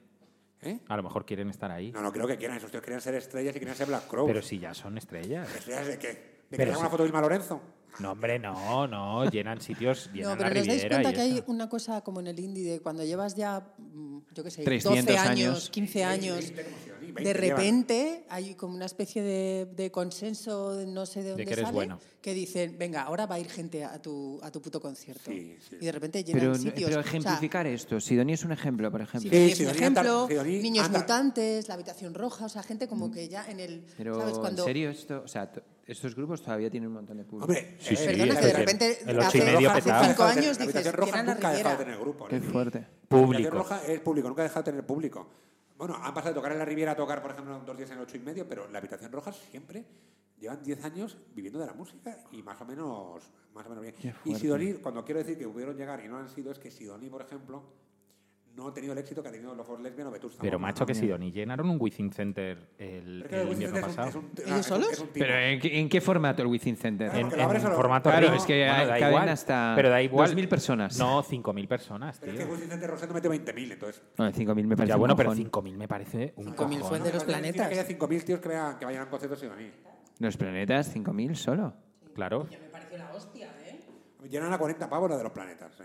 ¿Eh?
A lo mejor quieren estar ahí.
No, no creo que quieran. Esos tíos querían ser estrellas y querían ser Black Crow.
Pero si ya son estrellas.
¿Estrellas de qué? ¿De que
Pero
le haga
sí.
una foto de Vilma Lorenzo?
No, hombre, no, no. Llenan sitios, llenan
No, pero
la
¿nos dais
Riviera
cuenta
y
que hay
eso.
una cosa como en el indie de cuando llevas ya, mm, yo qué sé,
300
12
años.
años, 15 años,
20 como Sidoní, 20
de
llevan.
repente hay como una especie de, de consenso, de no sé de dónde
que eres
sale,
bueno.
que dicen, venga, ahora va a ir gente a tu, a tu puto concierto.
Sí, sí.
Y de repente llenan
Pero,
sitios.
pero
O sea,
ejemplificar esto, Sidoní es un ejemplo, por ejemplo.
Sí,
Sí,
es
sí,
un
Dani anda-
ejemplo,
sí, Mm. Dani
niños
anda.
mutantes, la habitación roja, o sea, gente como que ya en el,
Pero
¿sabes? Cuando
en serio esto, o sea, to- estos grupos todavía tienen un montón de público.
Hombre,
Sí, sí,
eh, Perdona, que de
el-
repente
el
hace
ocho y medio
hace
petado.
cinco años
La
dices,
habitación roja
"Tiran la
nunca ha dejado
Riviera".
de tener grupo.
Qué
¿no?
fuerte.
Público.
La Roja es público, nunca ha dejado de tener público. Bueno, han pasado de tocar en la Riviera a tocar, por ejemplo, dos días en el ocho y medio, pero la Habitación Roja siempre llevan 10 años viviendo de la música y más o menos, más o menos bien. Y Sidoní, cuando quiero decir que pudieron llegar y no han sido, es que Sidoní, por ejemplo, no ha tenido el éxito que ha tenido los Four Lesbian o Vetusta.
Pero
Morla.
macho que Sidoní llenaron un Within Center el,
Pero es que
el
Wisin
invierno
Center
pasado.
es un- es un-
¿Ellos
es un-
solos?
es un tipo.
Pero ¿en, qué- en qué formato el Within Center?
Claro,
En,
porque lo
en
abres a los-
formato
Claro,
río.
es que
Bueno,
hay-
da
caben
igual,
hasta
pero da igual.
2.000 personas.
No, 5.000 personas,
Pero
tío.
es que Wisin Center Rosendo mete 20.000, entonces.
No, el 5.000 me parece
Ya
un
bueno, pero
mojón.
5.000 me parece un
5.000
cojón.
fue de los
Pero encima
planetas.
Que haya 5.000 tíos que, vean, que vayan a un concierto de Sidoní.
Los planetas, 5.000 solo.
Claro.
Llenan a 40 pavos la de los planetas, ¿eh?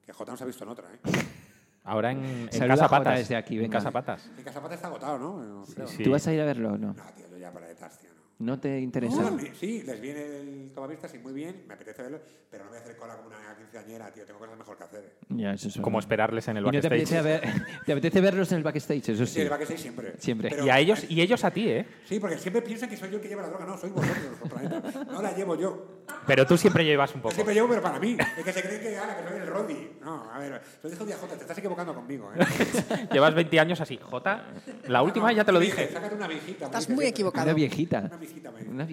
que, que Jota nos ha visto en otra. ¿eh?
Ahora en, en
Saluda a
Casa
Jota
Patas.
desde aquí,
en
venga.
Casa Patas.
En Casapata está agotado, ¿no? No, creo, ¿no?
Sí.
¿Tú vas a ir a verlo o no?
No, tío, yo ya planetas, tío, no.
¿No te interesa?
Ah.
No, Sí, les viene el tomavista, sí, muy bien, me apetece verlo, pero no voy a hacer cola como una quinceañera, tío, tengo cosas mejor que hacer.
Ya, eso es
Como
verdad.
esperarles en el
Y no te
backstage.
apetece, ver- te apetece verlos en el backstage, eso
Sí,
sí.
el backstage siempre.
Siempre.
Pero-
Y a ellos, y ellos a ti, ¿eh?
Sí, porque siempre piensan que soy yo el que lleva la droga, no, soy vosotros, los planetas. No la llevo yo.
Pero tú siempre llevas un
<laughs>
Yo
poco.
siempre llevo, pero para mí. Es que se creen que, ala, que soy el Roddy. No, a ver, lo dijo Jota, te estás
<laughs>
equivocando conmigo, ¿eh?
Llevas 20 años así. Jota, la última ya te lo dije.
Sácate una viejita.
Estás muy equivocado.
Una viejita.
Una viejita, me dice.
Una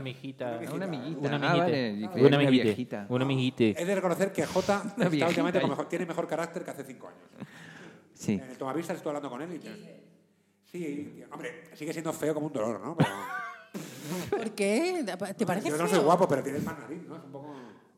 viejita.
Una mijita.
Ah, Una amiguita.
Una
Ah,
amiguita.
vale. Y
Una amiguita.
viejita.
Una amiguita.
He de reconocer
<laughs>
que Jota está
viejita
últimamente
ahí.
con mejor- tiene mejor carácter que hace cinco años.
Sí.
En el tomavistas estoy hablando con él y te- Sí, tío. hombre, sigue siendo feo como un dolor, ¿no? Pero...
<laughs> ¿Por qué? ¿Te parece
Yo
feo?
no soy guapo, pero tienes más nariz, ¿no? Es un poco...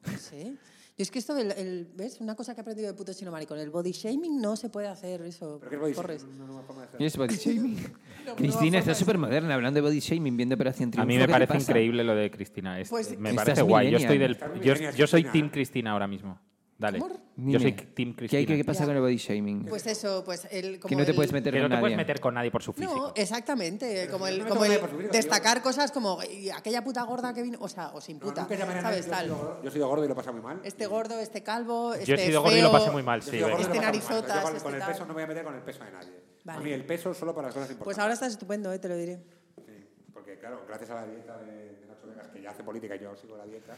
No sé. Yo es que esto del, el- ¿ves? Una cosa que he aprendido de puto chino maricón, el body shaming no se puede hacer eso.
¿Pero qué podéis
Corres.
decir? Una nueva forma de ser.
¿Es body shaming? Cristina está súper moderna hablando de body shaming, viendo Operación Triunfo.
A mí me
¿qué te
parece
pasa?
increíble lo de Cristina. Es-
Pues-
me
Estás
parece guay. Yo
millennial.
estoy del.
Estás
Yo,
millennial,
yo soy
Cristina.
Team Cristina ahora mismo. Dale. Yo
Dime,
soy Team
¿Qué, hay
Cristina.
que- qué pasa
Ya.
con el body shaming?
Pues eso, pues el... Como
que no te
el-
puedes meter
Que no
con
te puedes
nadie.
meter con nadie por su físico.
No, exactamente. Como
si
el,
no me
como
toca
el
nadie por su vida,
destacar cosas como "Y aquella puta gorda que vino, o sea, o sin
No,
puta,
nunca llamaré a nadie,
¿sabes?
Yo he sido
Tal.
gordo- yo he sido gordo y lo pasa muy mal.
Este gordo, este calvo, este
yo he sido gordo y lo
feo.
pasé muy mal,
Yo he
sí.
sido gordo y
venga.
lo
Este
pasa muy
narizotas,
mal. Yo con-
este
Con el
tal.
peso no me voy a meter con el peso de nadie.
Vale.
A mí el peso solo para las cosas importantes.
Pues ahora estás estupendo, ¿eh? te lo diré.
Sí, porque claro, gracias a la dieta de, de Nacho Vegas, que ya hace política y yo sigo la
<laughs>
dieta.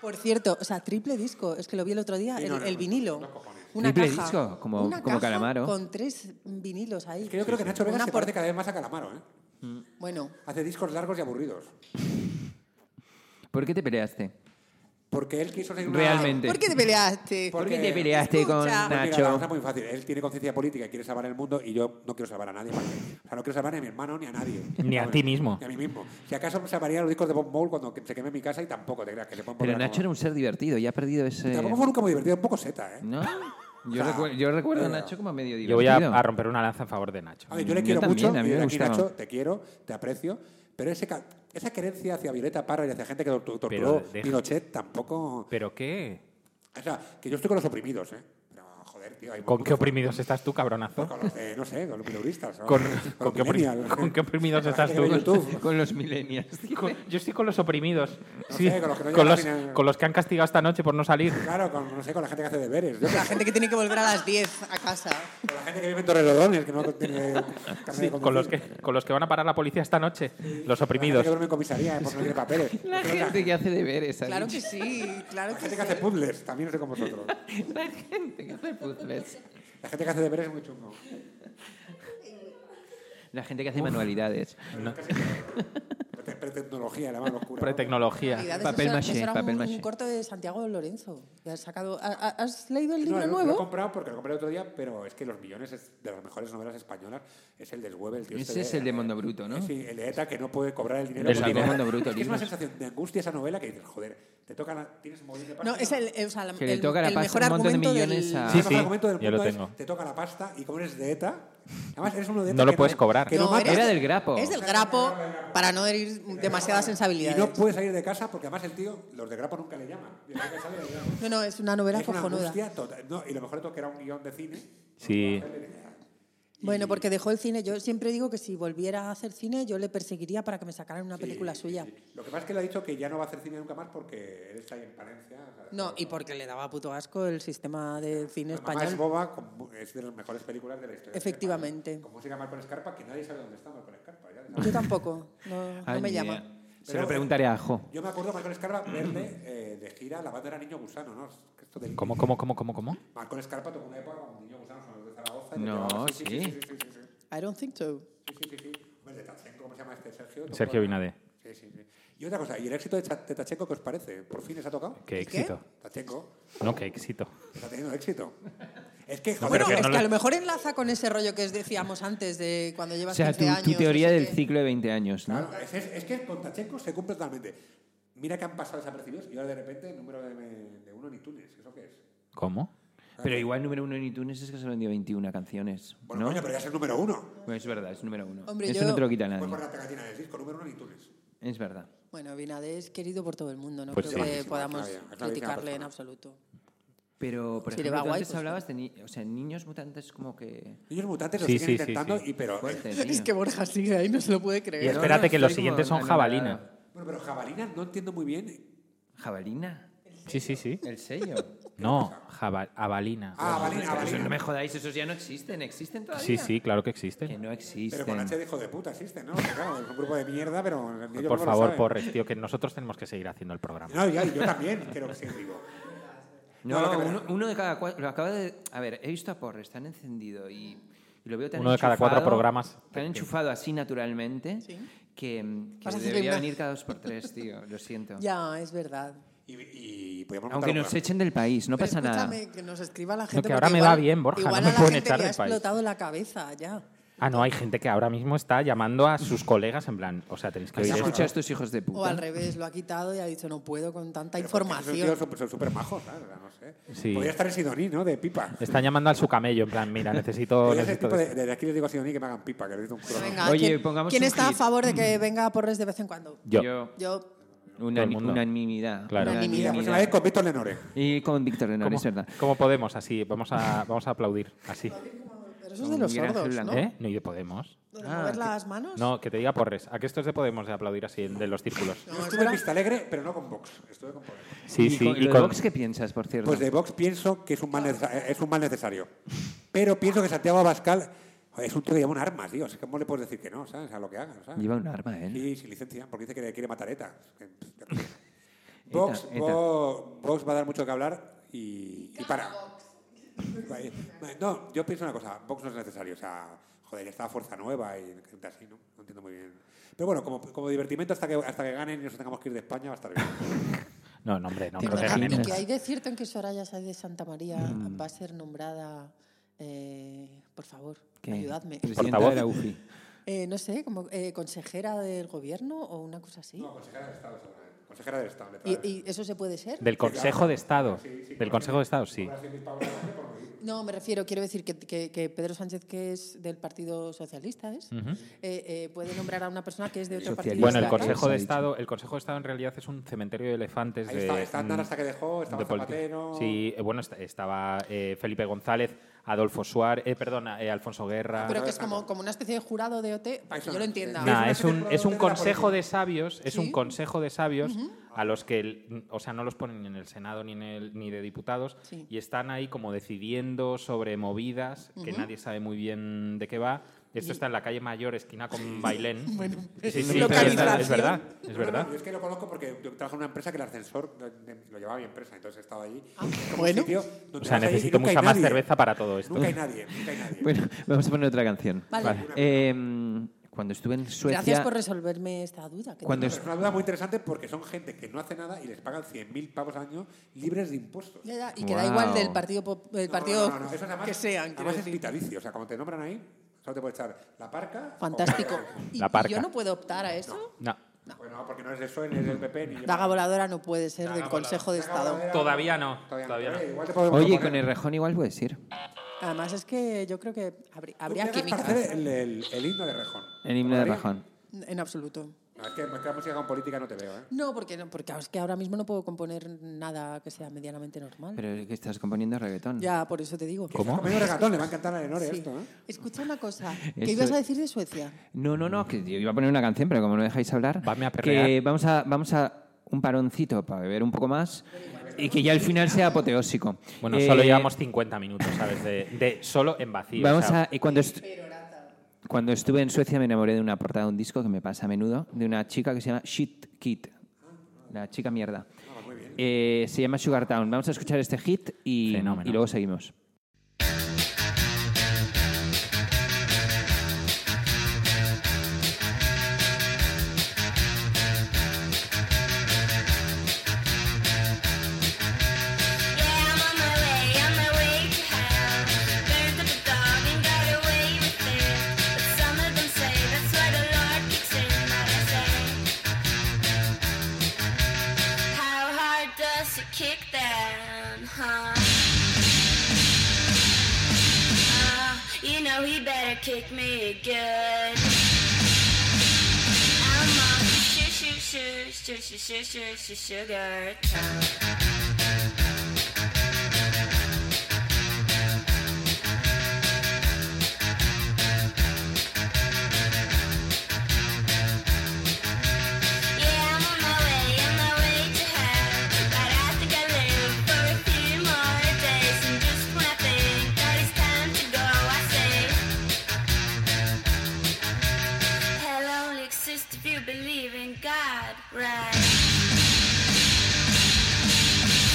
Por cierto, o sea, triple disco, es que lo vi el otro día,
Sí,
el,
no, no,
el
no,
vinilo.
los cojones.
Una
Triple
caja,
disco, como-
una
como
caja
Calamaro.
Con tres vinilos ahí.
Es que yo creo que Nacho Vegas
Una
se
por-
parece cada vez más a Calamaro, ¿eh?
Bueno,
Hace discos largos y aburridos.
¿Por qué te peleaste?
Porque él quiso ser una...
Realmente.
¿por qué te peleaste?
¿Por qué
Porque-
te peleaste
Escucha.
con
Pues mira,
Pues Mira, la
Nacho?
cosa es muy fácil. Él tiene conciencia política y quiere salvar el mundo y yo no quiero salvar a nadie. ¿vale? O sea, no quiero salvar ni a mi hermano ni a nadie.
Ni a
¿Sabes?
ti mismo.
Ni a mí mismo. Si acaso salvaría los discos de Bob Mole cuando se queme mi casa y tampoco te creas que le pueden
Pero
poner
Nacho era
como-
un ser divertido, ya ha perdido ese...
Tampoco fue nunca muy divertido, un poco seta, ¿eh?
<laughs>
¿No? Yo,
O sea,
recuer- yo recuerdo a
eh,
Nacho como medio divertido.
Yo voy a, a romper una lanza en favor de Nacho.
A ver, yo le
Yo
quiero
también,
mucho.
a mí
y
me
desde aquí,
gustaba.
Nacho, te quiero, te aprecio. Pero ese ca- esa querencia hacia Violeta Parra y hacia gente que tortu- torturó
deja-
Pinochet tampoco...
¿Pero qué?
O sea, que yo estoy con los oprimidos, ¿eh? Pero, joder, tío... hay
¿Con
muchos-
qué oprimidos estás tú, cabronazo? <laughs>
Con los de, no sé, con los minoristas.
¿Con, con qué, opri- con qué oprimidos estás tú?
Con los
<laughs>
millennials.
Con- yo estoy con los oprimidos.
No
Sí,
sé, con los que no
con,
llegan
los,
a final.
con los que han castigado esta noche por no
<laughs>
salir.
Claro, con, no sé, con la gente que hace deberes. Yo, con
La gente que tiene que volver a las 10 a
<laughs>
casa.
la gente que vive en Torrelodones, que no tiene carnet
Sí,
de
con, los que,
conducir.
con los que van a parar la policía esta noche. Los
La gente
oprimidos.
que duerme en comisaría eh, porque no tiene papeles.
La gente que hace deberes. ¿has
Claro
dicho?
que sí, claro
La
que
gente
sí.
que hace puzzles, también estoy con vosotros.
<laughs> La gente que hace
<laughs>
puzzles.
La gente que hace deberes es muy chungo.
La gente que hace manualidades.
Pre- Pretecnología, la mano oscura. ¿no?
Pretecnología.
Realidad,
Papel
eso, era-
maché,
eso era
papel
un,
maché.
corto de Santiago Lorenzo. que has, sacado, ha- ha- ¿Has leído el
No,
libro
lo- Lo he
nuevo?
comprado porque lo compré el otro día, pero es que los millones es de las mejores novelas españolas es el deshueve, el tío.
Ese
este
es el de Mondo Bruto, ¿no?
Sí, el de ETA que no puede cobrar el dinero.
Del
porque-
Salvador Mondo Bruto,
Es que es una
libros.
sensación de angustia esa novela que dices, joder, te toca la- tienes un montón de pasta,
No, es el, eh, o sea, la-
Que le
el-
toca la
el
pasta
mejor
un montón de
argumento del-
millones a-
El
Sí,
mejor
sí,
argumento del
ya lo
mundo es,
tengo.
te toca la pasta y como eres de ETA, además eres uno de ETA
No lo
que
puedes cobrar.
Que no,
No,
mata,
Era del grapo.
Es del grapo para no herir demasiadas
y
sensibilidades.
no puedes salir de casa porque además el tío, los de Grapa nunca le llaman. Y el tío que sale, le llaman.
No, no, es una novela
Es una
cojonuda.
angustia total. No, y lo mejor de todo que era un guión de cine.
Sí.
Bueno, porque dejó el cine. Yo siempre digo que si volviera a hacer cine, yo le perseguiría para que me sacaran una película suya.
Lo que pasa es que le ha dicho que ya no va a hacer cine nunca más porque él está ahí en Palencia. o sea,
No, y porque le daba puto asco el sistema de cine
La mamá es
español.
boba, con mu- es de las mejores películas de la historia.
Efectivamente.
Con música Marco Escarpa, que nadie sabe dónde está Marco Escarpa. ya
Yo
sabes.
tampoco, no, no
Ay,
me
mira.
llama.
Se lo preguntaré a Jo.
Yo me acuerdo de Marco Escarpa verle eh, de gira La Banda era Niño Gusano, ¿no? esto del...
¿Cómo, cómo, cómo, cómo, cómo?
Marcón Escarpa tocó una época con Niño Gusano, son los de Zaragoza. y
No,
lo llevaba-
sí.
Sí, sí, sí. sí, sí, sí.
I don't think so.
Sí, sí, sí, sí. Hombre, de Tachenko, ¿cómo se llama este? Sergio. tocó-
Sergio Binade.
Sí, sí, sí. Y otra cosa, ¿y el éxito de, Cha- de Tachenko qué os parece? ¿Por fin les ha tocado?
Qué éxito.
Tachenko
No, qué éxito.
está teniendo éxito. Es que, joder,
Bueno,
que
es
no
que
lo-
a lo mejor enlaza con ese rollo que os decíamos antes de cuando
O
llevas
sea, tu,
15 años.
tu teoría
no sé
del
qué.
ciclo de 20 años, ¿no?
Claro, es, es- es que con Tachenko se cumple totalmente. Mira que han pasado desapercibidos y ahora de repente número de, de uno en iTunes. ¿Eso qué es?
¿Cómo?
Pero igual número uno en iTunes es que solo vendió 21 canciones,
Bueno,
¿no?
coño, pero ya es el número uno.
Bueno, es verdad, es número uno.
Hombre,
Eso
yo-
no te lo quita
Fue
nadie.
por la pegatina del disco, número uno en iTunes.
Es verdad.
Bueno, Binadé es querido por todo el mundo, no
Pues
creo
sí.
que podamos
Es una bellísima
criticarle en
persona.
absoluto.
Pero, por
Si le
ejemplo,
va
tú
guay,
antes
pues,
hablabas de ni- o sea, niños mutantes como que...
<laughs>
Niños mutantes lo
Sí,
siguen
sí, sí,
intentando,
sí.
Y, pero, eh,
Fuerte,
Es
tío.
que Borja sigue ahí, no se lo puede
Y
creer.
Eh, no,
espérate que
estoy
los
como
siguientes son
anonadado.
jabalina.
bueno, pero jabalina no entiendo muy bien.
¿Jabalina?
Sí, sí, sí.
¿El sello?
<laughs> No, jabal, abalina.
Ah, jabalina,
Pero eso no me
jabalina.
jodáis, esos ya no existen. ¿Existen todavía?
sí, sí, claro que
Que
existen.
no existen.
Pero con H de hijo de puta existe, ¿no? Porque, Claro, es un grupo de mierda, pero ellos mismos
Por
lo
favor,
saben.
porres, tío, que nosotros tenemos que seguir haciendo el programa.
No, ya, y yo también quiero que siga vivo.
No,
No, lo que me-
uno, uno de cada cuatro. Lo acaba de. A ver, he visto a Porres tan encendido y, y lo veo tan
Uno de cada
enchufado,
cuatro programas.
Tan enchufado así naturalmente que, que
Vas a hacer
debería
gimnasia.
venir cada dos por tres, tío. Lo siento.
Ya, es verdad.
Y, y podíamos montar
Aunque
un
nos
programa.
echen del país, no
Pero
pasa nada.
escúchame, que nos escriba la gente.
que
porque
ahora me
igual-
va bien, Borja,
Igual
no
a
me
la
pueden
gente
echar
le ha
del país.
explotado la cabeza ya.
Ah, no, hay gente que ahora mismo está llamando a sus colegas en plan, o sea, tenéis que
¿Has
oír esto.
escuchado a estos hijos de puta?
O al revés, lo ha quitado y ha dicho, no puedo con tanta
Pero porque
información.
Esos tíos son súper majos, ¿sabes? O sea, No sé.
Sí.
Podría estar en Sidoní, ¿no? De pipa.
Están llamando al su camello en plan, mira, necesito...
Yo ese
necesito
tipo
de
de,
esto.
desde aquí les digo a Sidoní que me hagan pipa, que necesito un crono.
Venga,
Oye,
¿quién,
pongamos
quién
un
está
hit.
a favor de que venga Porres de vez en cuando?
Yo.
Yo,
Una,
Todo el mundo.
unanimidad.
Claro.
Y
Unanimidad.
la próxima vez eh, con Víctor Lenore.
Y con Víctor Lenore,
¿Cómo,
es verdad.
cómo podemos? Así, vamos a, vamos a aplaudir. Así.
pero eso es de los
Miguel Ángel
sordos,
Blanco.
¿no?
¿Eh? No, y de Podemos.
¿De
Ah,
mover
que-
las manos?
No, que te diga Porres. ¿A qué esto es de Podemos de aplaudir así, de los círculos?
Yo estuve en Vista Alegre, pero no con Vox. Estuve con Podemos.
Sí,
¿Y
sí.
con-
y
lo de
con-
Vox, qué piensas, por cierto?
Pues de Vox pienso que es un mal, necesa- es un mal necesario. Pero pienso que Santiago Abascal joder, es un tío que lleva un arma, tío. O sea, ¿Cómo le puedes decir que no? ¿Sabes? A lo que haga. ¿sabes?
Lleva un arma, ¿eh?
Sí, sin licencia, porque dice que le quiere matar ETA.
ETA,
Vox,
ETA.
Vo- Vox va a dar mucho que hablar y, y para. No, yo pienso una cosa, Vox no es necesario, o sea, joder, está Fuerza Nueva y gente así, ¿no? No entiendo muy bien. Pero bueno, como, como divertimento hasta que, hasta que ganen y nos tengamos que ir de España va a estar bien.
No, no, hombre, no
¿Te
creo que
imaginas?
ganen.
¿Y qué hay de cierto en que Soraya Sáez de Santa María va a ser nombrada? eh, por favor,
¿Qué?
ayudadme.
Presidenta
Portavoz.
de la UFI.
Eh, no sé, como eh, consejera del gobierno o una cosa así.
No, consejera del Estado, seguramente. Consejera del Estado, le
¿Y,
trae.
y eso se puede ser?
Del Consejo de Estado. Del Consejo de Estado, sí.
No, me refiero, quiero decir que, que- que Pedro Sánchez, que es del Partido Socialista, ¿es? Eh, eh, puede nombrar a una persona que es de otro partido.
Socialista.
Bueno, el
¿eh? Está-
Consejo
Eso
de
ha dicho.
Estado, el Consejo de Estado en realidad es un cementerio de elefantes
Ahí
de
está, está Aznar
mm,
hasta que dejó, estaba
de politi-
Zapatero.
Sí, eh, bueno, est- estaba eh, Felipe González, Adolfo Suárez, eh, perdona, eh, Alfonso Guerra.
Pero que es como, como una especie de jurado de OT, para que
Eso
yo lo
no,
entienda.
sí.
Nah,
Es
es
una
un,
especie de
es un
productor de la
consejo de
política.
sabios, es un
Sí.
consejo de sabios a los que, el- o sea, no los ponen ni en el Senado ni, en el- ni de diputados
Sí.
y están ahí como decidiendo sobre movidas que nadie sabe muy bien de qué va. Esto está en la calle Mayor, esquina con Bailén. sí, sí, sí, pero está- es
localización.
verdad, es
No, no, no,
verdad.
yo es que lo conozco porque yo trabajo en una empresa que el ascensor lo, lo llevaba mi empresa, entonces estaba allí.
Ah,
este
bueno.
O sea, necesito mucha más cerveza para todo esto.
Nunca hay nadie, nunca hay nadie.
Bueno, <laughs> vamos a poner otra canción.
Vale.
Eh, cuando estuve en Suecia...
Gracias por resolverme esta duda. que
Cuando
tengo.
es una duda muy interesante porque son gente que no hace nada y les pagan 100.000 pavos al año libres de impuestos.
Ya, ya, y que da
Wow.
igual del partido, pop- del
No,
partido
no, no, no, eso es además-
que sean. quiero
Además es
decir.
vitalicio, o sea, cuando te nombran ahí, solo te puede echar la parca.
<laughs>
o- <laughs>
Fantástico. ¿Y,
La
y
parca.
yo no puedo optar a eso?
No,
Bueno, porque no es de PSOE, ni es del PP, ni...
Daga Voladora no puede ser del
Voladora.
Consejo de Estado.
todavía no, todavía no.
Igual te podemos
Oye,
proponer.
con el Rejón igual puedes ir.
Además es que yo creo que habría, habría
Tú tienes para
química.
hacer el, el- el himno de Rejón.
El himno de
¿Molaría?
Rejón.
En absoluto.
No, es que es que la música con política no te veo, ¿eh?
No, porque no, porque es que ahora mismo no puedo componer nada que sea medianamente normal.
Pero que estás componiendo reggaetón.
ya, por eso te digo.
¿Cómo? Comiendo regatón, le va a encantar a Lenore
Sí.
esto, ¿eh?
Escucha una cosa. ¿Qué
Eso-
ibas a decir de Suecia?
No, no, no, que yo iba a poner una canción, pero como no dejáis hablar...
Vame a perrear.
que vamos a, vamos a un paroncito para beber un poco más y que ya el final sea apoteósico.
bueno,
Eh,
solo llevamos 50 minutos, ¿sabes? De, de solo en vacío.
Vamos
o sea,
a. Y cuando, est- cuando estuve en Suecia me enamoré de una portada de un disco que me pasa a menudo, de una chica que se llama Shit Kid. La chica mierda. Eh, se llama Sugar Town. Vamos a escuchar este hit y,
Fenómeno.
y luego seguimos.
Kick them, huh? Uh, you know he better kick me good. I'm off to shu shu shu shu shu shu shu sugar town. Yeah, I'm on my way, on my way to hell. But I think I live for a few more days. And just when I think that it's time to go, I say, Hell only exists if you believe in God, right?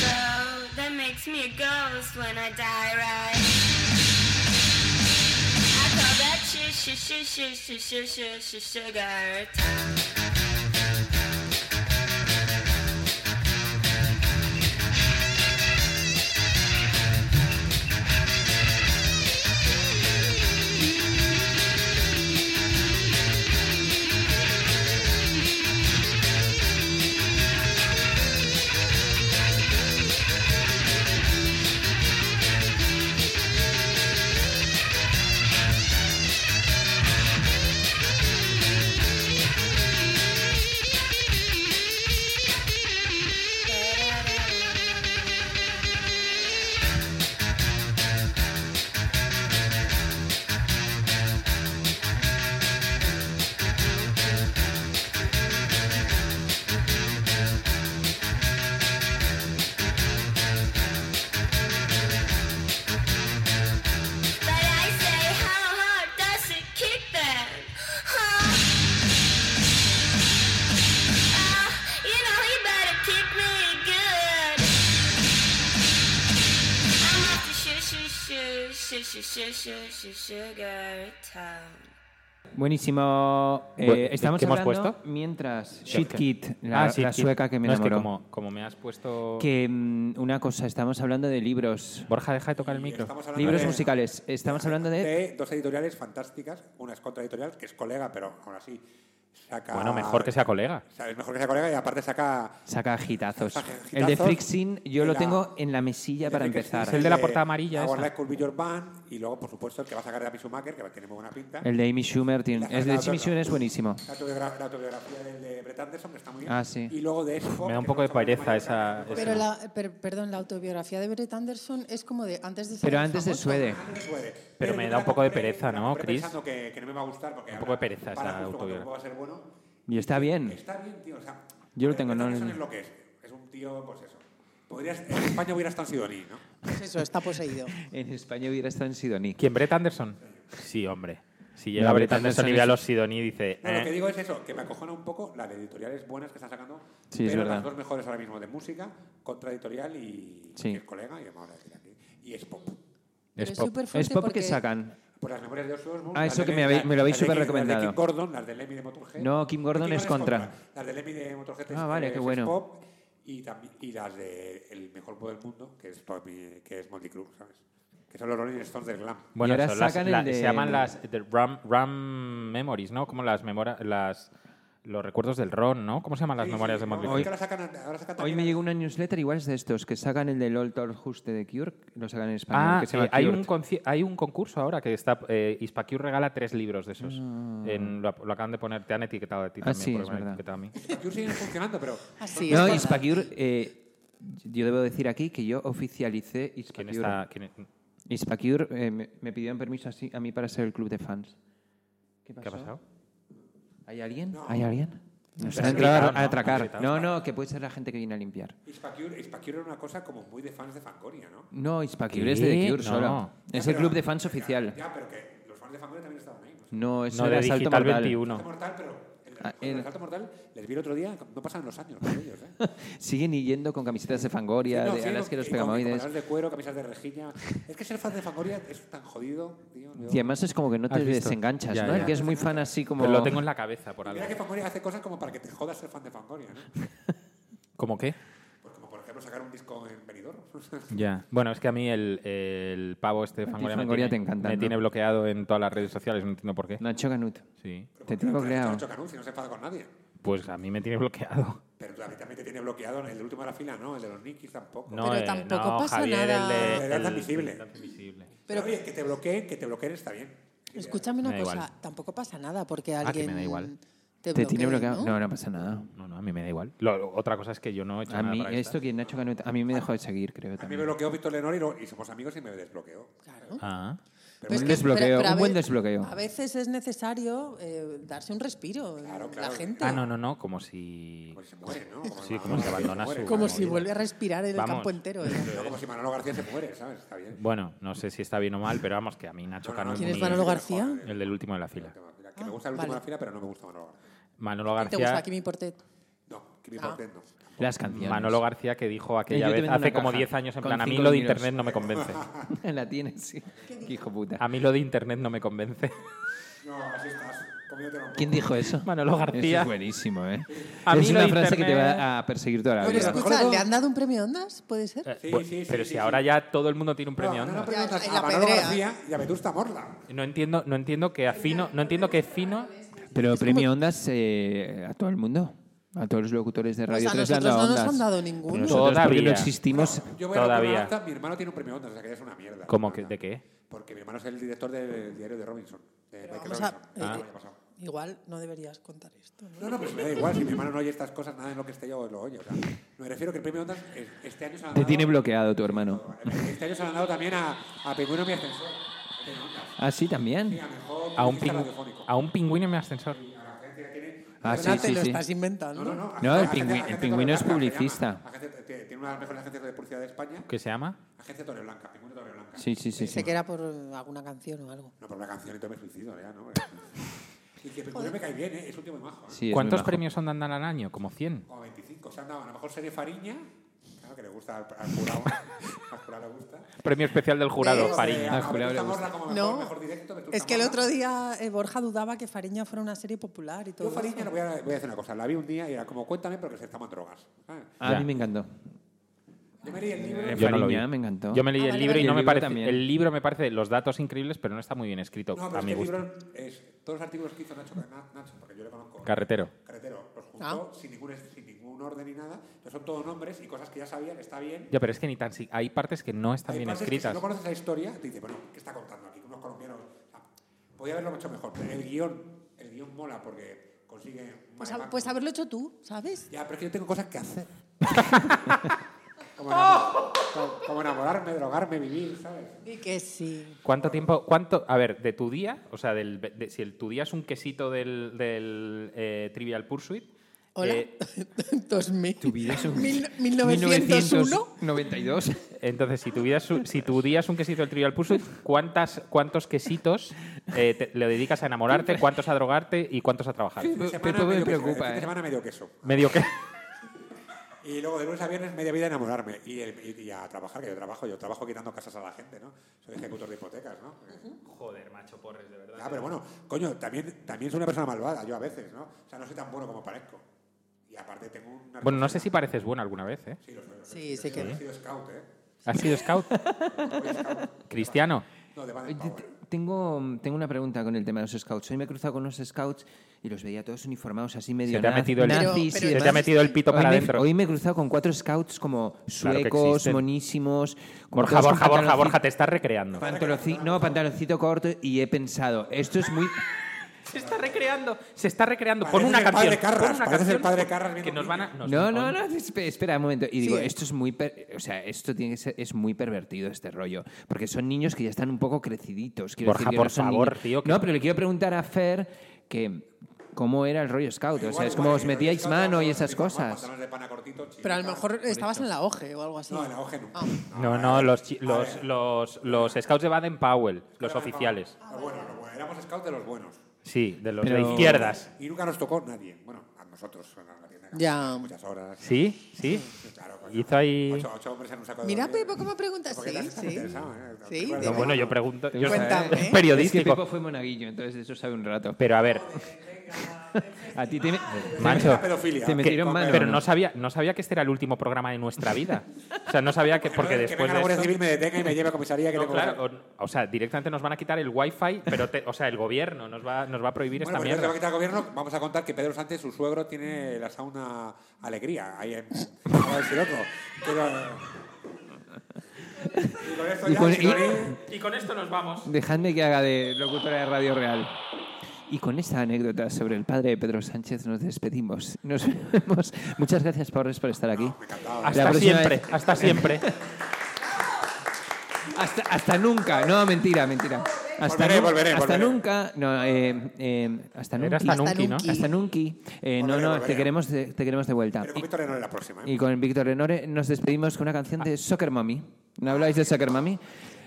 So that makes me a ghost when I die, right? I call that shit, shit, shit, shit, shit, shit, shit, shit, sugar time. But I say, how hard does it kick them? Huh? Uh, you know, he better kick me good. I'm off to shoo shoo shoo shoo shoo shoo shoo shoo sugar town.
Buenísimo. Eh,
Bu- ¿de
estamos
qué hemos
hablando
puesto?
mientras Shit Kit, la,
Ah, sí,
la
sí.
sueca que me
No,
enamoró.
Es que como, como me has puesto...
Que, mm, una cosa, estamos hablando de libros,
Borja, deja de tocar el micro.
Estamos hablando
libros
de-
musicales. Estamos hablando de
de dos editoriales fantásticas. Una es Contra Editorial, que es colega, pero aún así saca...
Bueno, mejor que sea colega.
O sea, es mejor que sea colega y aparte saca...
saca agitazos.
Saca
El de
agitazos.
Fricksin yo lo
Mira.
tengo en la mesilla para
Frick-
empezar.
Es el de la portada amarilla
Our
esa.
Life Could Be Your Band, y luego, por supuesto, el que va a sacar de Abby Schumacher, que tiene muy buena pinta.
El de Amy Schumer tiene-
La-
El de
la-
Amy
la-
Schumer es buenísimo.
La, autobiogra- la autobiografía del de Brett Anderson, que está muy bien.
Ah, sí.
Y luego de eso...
Me da un poco de pereza esa... esa-
Pero la, per- perdón, la autobiografía de Brett Anderson es como de antes de ser
Pero antes de
famoso.
Suede.
Pero me da un poco de pereza, ¿no, Chris?
Pensando que, que no me va a gustar porque
Un poco de
ahora-
pereza
para
esa
justo cuando
autobiografía.
va a ser bueno.
Y está bien.
Está bien, tío. O sea,
Yo lo tengo,
Brett
no-
Anderson es lo que es. Es un tío, pues eso. Podrías, en España hubiera estado en Sidoní, ¿no?
Pues eso, está poseído.
En España hubiera estado en Sidoní.
¿Quién, Brett Anderson? Sí, hombre. Si llega
No,
Brett
Brett
Anderson y
Anderson
ve a
es-
los Sidoní y dice...
No, lo que
"Eh".
digo es eso, que me acojona un poco las editoriales buenas que están sacando,
Sí, es
pero
verdad.
las dos mejores ahora mismo de música, contra editorial y
Sí.
y el colega, y vamos a decir aquí, y es pop.
Pero
Es
es
pop.
súper
Es
fuerte
pop
porque
que sacan.
Por las memorias de Osborne.
Ah,
las
eso
de
que me
Lemmy-
habéis- me lo habéis
las de
súper
Kim- Las de
recomendado.
Kim Gordon, las de Lemmy de Motorhead.
No, Kim Gordon es contra.
Las de Lemmy de Motorhead es-
Ah, vale,
es-
qué
es
bueno.
pop y, también, y las de El Mejor Pop del Mundo, que es, para mí- que es Motley Crue, ¿sabes? Que son los Rolling Stones del glam.
Y
Bueno,
ahora
eso, las-
sacan el
la-
de-
se llaman las the Ram, Ram Memories, ¿no? Como las memorias, las los recuerdos del Ron, ¿no? ¿Cómo se llaman las
Sí,
memorias
sí,
de
no,
Motley
es que
Crue?
ahora sacan- ahora sacan
Hoy
también
me
las-
llegó una newsletter, igual es de estos, que sacan el del Old Tour Juste de Cure, lo sacan en español.
Ah,
que se
eh,
llama
hay,
Cured.
un conci- hay un concurso ahora que está. Eh, Hispacure regala tres libros de esos. En- lo, lo acaban de poner, te han etiquetado a ti
Ah,
también.
sí,
porque
es
me han
verdad.
etiquetado a mí.
Yo siguen funcionando, pero...
Así
No,
es.
Hispacure, eh, yo debo decir aquí que yo oficialicé
¿Quién
Hispacure.
está? quién es-
Hispacure, eh, me, me pidieron permiso así a mí para ser el club de fans.
¿Qué ha pasado?
¿Hay alguien? ¿Hay alguien? Nos
Pero
han
has
entrado
gritado,
a
¿no? Has
atracar.
gritado.
No, no, que puede ser la gente que viene a limpiar.
Hispacure, Hispacure era una cosa como muy de fans de Fangoria, ¿no?
No, Hispacure
¿Qué?
es de The Cure
No.
solo.
Ya,
Es el
pero-
club de fans
ya,
oficial.
Ya, pero que los fans de Fangoria también estaban ahí. No sé.
No, eso
No,
era
de
Salto
Digital
Mortal.
21.
Mortal, pero el de
Ah,
En el
en-
salto mortal les vi el otro día, no pasan los años con ellos, ¿eh?
Siguen yendo con camisetas de Fangoria,
No,
de
sí,
alas
con-
que los
y con- y con
pegamoides.
pantalones de cuero, camisas de rejilla. Es que ser fan de Fangoria es tan jodido, tío. yo-
Y además es como que no te
¿Has visto?
desenganchas,
Ya,
¿no?
ya.
El que es muy fan así como...
Pero lo tengo en la cabeza por algo.
Mira que Fangoria hace cosas como para que te jodas ser fan de Fangoria, ¿no?
¿Cómo qué?
Pues como por ejemplo sacar un disco en Benidorm.
Ya. Bueno, es que a mí el, el pavo este
ti
Fangoria,
Fangoria
me, tiene,
te encanta,
me
¿no?
tiene bloqueado en todas las redes sociales, no entiendo por qué.
Nacho Canut.
Sí.
Te tengo
creado.
creado.
Si no se enfada con nadie.
Pues a mí me tiene bloqueado.
Pero a mí también te tiene bloqueado el de último de la fila, ¿no? El de los Nikis tampoco.
No,
Pero
eh,
tampoco
no,
pasa
Javier,
nada.
El de,
Era admisible.
el admisible.
Pero oye, que te bloqueen, que te bloqueen está bien.
Escúchame una
Me da
cosa,
igual.
tampoco pasa nada porque
Ah,
alguien
que me da igual.
te,
Te tiene
bloquee,
bloqueado.
¿no?
No, no pasa nada.
No, no, a mí me da igual. Lo- otra cosa es que yo no he hecho
A
nada
mí,
para
esto
estas.
que Nacho Canut, a mí me dejó de seguir, creo.
A mí
También.
me bloqueó Víctor Lenor y, lo- y somos amigos y me desbloqueó.
Claro.
Ah.
Pero es
un
que-
desbloqueo,
pero- pero a
un buen
ve-
desbloqueo.
A veces es necesario eh, darse un respiro.
Claro,
La
claro.
gente.
Ah, no, no, no, como si...
Como si se muere, ¿no? Como
Sí, como
Manolo
se
García
abandona
muere,
su-
¿no?
Como
Vamos.
si vuelve a respirar en el
Vamos.
campo entero. ¿eh?
No, como si Manolo García se muere, ¿sabes? Está bien.
Bueno, no sé si está bien o mal, pero vamos, que a mí Nacho Cano...
¿Quién es
mi-
Manolo García?
El del último de la fila.
Mira, Que me gusta el último de la fila, pero no me gusta Manolo García.
Manolo
¿Te gusta
García...
Kimi Portet?
No,
Ah.
que mi parte no.
Las canciones.
Manolo García que dijo aquella
Yo te
vez,
vendo
hace
una
como
caja
10 años, en
con
plan, a mí
cinco
lo de
vinilos".
internet no me
<laughs>
convence.
<laughs> La tienes, sí. Qué Hijo puta.
A mí lo de internet no me convence. <laughs>
No, así estás. Comiéndotelo un poco.
¿Quién dijo eso?
Manolo García.
Eso es buenísimo, ¿eh?
A mí
es
lo
una
de
frase que te
internet-
va a perseguir toda la
Bueno,
vida.
escucha, ¿le han dado un premio Ondas? ¿Puede ser?
Eh,
Sí,
bu-
sí, sí,
pero
sí,
si
sí.
ahora ya todo el mundo tiene un premio.
No, no,
¿no?
no preguntas
en la
a Manolo
pedrea.
García y a Vetusta Morla.
No entiendo, no entiendo que a Fino, no entiendo que Fino
Pero premio Ondas eh, a todo el mundo. A todos los locutores de Radio
Pues a
3 le han
nosotros
dado
no nos
Ondas.
han dado
Pero
ninguno.
Nosotros porque no
Todavía.
existimos.
Yo voy a la
Todavía.
primera alta, mi hermano tiene un premio Ondas, o sea que ya es una mierda.
¿Cómo
No,
que-
no.
de qué?
Porque mi hermano es el director del diario de Robinson. De Michael
vamos a-
Robinson.
eh,
Ah,
eh,
ya pasó.
Igual no deberías contar esto. ¿no?
No, no, pues me da igual. Si mi hermano no oye estas cosas, nada en lo que esté yo lo oye. O sea, me refiero que el premio Ondas es- este año se lo han
Te
dado-
tiene bloqueado tu hermano.
Este año se lo han dado también a, a Pingüino Mi Ascensor.
Ah, sí,
Sí,
también.
a mejor
a un,
publicista
pingü-
Este radiofónico.
a un pingüino en mi ascensor.
Ah, sí,
Perdona, te
sí,
lo
sí.
estás inventando.
No, no,
No, el
Agencia-
pingüi- el
Agencia
pingüino es
Torreblanca, se
publicista.
llama. Agencia- eh, tiene tiene una de las mejores agencias de publicidad de España.
¿Qué se llama?
Agencia Torreblanca, Pingüino Torreblanca.
Sí, sí, sí.
Pensé
sí.
que era por alguna canción o algo.
No, por una canción y todo me suicido, ya, ¿no? y que Pingüino me cae bien, ¿eh? Es un tío muy majo. ¿eh?
Sí, es muy
¿Cuántos
majo.
premios son dan al año? Como 100.
Como 25. Se han dado a lo mejor serie Fariña. Claro que le gusta al, al jurado. <laughs> al jurado le gusta.
Premio especial del jurado,
Sí,
Eh,
Fariña.
a
al jurado le
Vetusta
gusta.
Morla como mejor,
No,
mejor directo, Vetusta
es que el
Morla.
otro día eh, Borja dudaba que Fariña fuera una serie popular y todo.
Yo Fariña
eso.
le voy a, voy a decir una cosa. La vi un día y era como, cuéntame porque se estaban drogas. ¿sabes?
Ah, A
Ya.
mí me encantó.
Yo me leí el libro.
Eh,
Yo no lo vi.
Fariña, me encantó.
Yo me leí
Ah,
el
vale,
libro
vale.
y
Y
no
el
me
libro
parece.
también.
El libro me parece los datos increíbles, pero no está muy bien escrito
No, pero
a
es
mi
que el
gusto.
libro es todos los artículos que hizo Nacho, Na- Nacho, porque yo le conozco.
Carretero.
Carretero. Los juntó
Ah.
sin, ningún, sin ningún orden ni nada. Entonces son todos nombres y cosas que ya sabía que está bien.
Ya, pero es que ni tan si hay partes que no están
Hay
bien
partes que
escritas.
Si no conoces la historia, te dice, bueno, ¿qué está contando aquí? Unos colombianos. Ah, podía haberlo hecho mejor. pero El guión, el guión mola porque consigue.
Pues,
manejar-
a- pues haberlo hecho tú, ¿sabes?
Ya, pero es que yo tengo cosas
<laughs>
que hacer. como, enamor- como- como enamorarme, drogarme, vivir, ¿sabes?
Y que sí.
¿Cuánto tiempo? ¿Cuánto? A ver, de tu día, o sea, del, de- si el, tu día es un quesito del, del, eh, Trivial Pursuit.
Hola. <laughs>
eh,
2000.
Tu vida es un... <laughs>
Mil- 1901.
1992.
Entonces, si tu, vida es un- si tu día es un quesito del Trivial Pursuit, ¿cuántas, ¿cuántos quesitos eh, te- le dedicas a enamorarte, cuántos a drogarte y cuántos a trabajar?
Sí. Pe-
Semana
Pepo me
medio queso,
preocupa,
el fin de
¿eh?
semana medio queso.
Medio que...
Y luego de lunes a viernes media vida enamorarme y, el- y- y a trabajar, que yo trabajo, yo trabajo quitando casas a la gente, ¿no? Soy ejecutor de hipotecas, ¿no?
Joder, macho, porres, de verdad.
Ah, pero bueno, coño, también, también soy una persona malvada, yo a veces, ¿no? O sea, no soy tan bueno como parezco. Y aparte tengo una...
Bueno, no sé si pareces bueno alguna vez, ¿eh?
Sí, lo soy, lo soy.
Sí, sí
He
que.
sido scout, ¿eh?
¿Has sido scout? Cristiano.
No, de
Oye,
Baden
te-
Powell.
Tengo, tengo una pregunta con el tema de los scouts. Hoy me he cruzado con unos scouts y los veía todos uniformados así medio
Se te ha
naz-
metido el,
nazis
Pero-
y
se
pero
te ha
demás.
metido el pito
Hoy
para
me-
adentro.
Hoy me he cruzado con cuatro scouts como
Claro que
suecos,
existen.
monísimos. como todos
Borja,
con
Borja, Borja,
pantaloncito-
Borja, te estás recreando.
pantaloci- no, pantaloncito corto y he pensado, esto es muy...
Se está recreando, se está recreando. Pon
Pareces
una
el padre
canción.
Carras,
pon una
pareces el
canción
padre Carras viendo
que nos
un
van a, <laughs> nos-
No, no,
on-
no, espe- espera un momento. Y digo,
eh.
esto es muy... per- O sea, esto tiene que ser, es muy pervertido, este rollo. Porque son niños que ya están un poco creciditos. quiero
Borja,
decir que
por
no son
favor,
niños.
tío, que-
No, pero le quiero preguntar a Fer que cómo era el rollo scout. O sea,
Igual,
es como
igual,
os
eh,
metíais
scout,
mano y
vamos,
esas
pantalones
cosas.
de pana cortito,
Pero a lo
chiripa.
mejor estabas en la OGE o algo así.
No, en la OGE nunca.
Ah.
No, no, los, chi- los, los, los scouts de Baden Powell, los oficiales.
Ah, bueno, no, bueno, éramos scout de los buenos.
Sí, de los de
Pero-
izquierdas.
Y nunca nos tocó nadie. Bueno, a nosotros, a la tienda.
Ya.
Muchas horas.
¿Sí? ¿Sí?
Claro, coño.
Hizo ahí...
Ocho, ocho hombres en un saco de
Mira,
dormir.
Pepo, cómo preguntas.
Porque
pues, Sí,
te has- te has
sí.
interesado, ¿eh? ¿Te
Sí,
acuerdas?
de-
No, bueno, yo pregunto... yo-
Cuéntame.
¿eh?
Es
Es que
periodístico.
Pepo fue monaguillo, entonces de eso sabe un rato.
Pero a ver,
A ti te,
<laughs> macho,
La pedofilia.
te metieron
Con
mano.
pero no sabía, no sabía que este era el último programa de nuestra vida. O sea, no sabía que... Porque
que
después de
venga la Guardia
esto-
Civil me
<laughs>
detenga y me lleve a comisaría que
No,
tengo
claro, o, o sea, directamente nos van a quitar el wifi, pero te- o sea, el gobierno nos va, nos va a prohibir esta
Bueno, pues ya que va a
mierda.
quitar el gobierno, vamos a contar que Pedro Sánchez, su suegro, tiene la sauna alegría. Ahí en. a decir otro. Pero,
Y
y con esto ya,
con-
si no
y-
leí-
Y con esto nos vamos.
Dejadme que haga de locutora de Radio Real. Y con esta anécdota sobre el padre de Pedro Sánchez nos despedimos. Nos <laughs> vemos. Muchas gracias, Porres, por estar aquí. La
Hasta
próxima
siempre,
vez.
hasta siempre.
Hasta, hasta nunca. No, mentira, mentira. Hasta,
Volveré,
nu-
volveré,
hasta
volveré.
nunca. No, eh, eh, hasta
Era
nunca.
hasta Nunki, ¿no?
Hasta nunca. Eh, no,
Volveré,
no, te
volveré.
queremos de, te queremos de vuelta.
Pero con Víctor Herrero en la próxima. ¿eh?
Y con Víctor Lenore nos despedimos con una canción de Soccer Mommy. ¿No habláis de Soccer Mommy?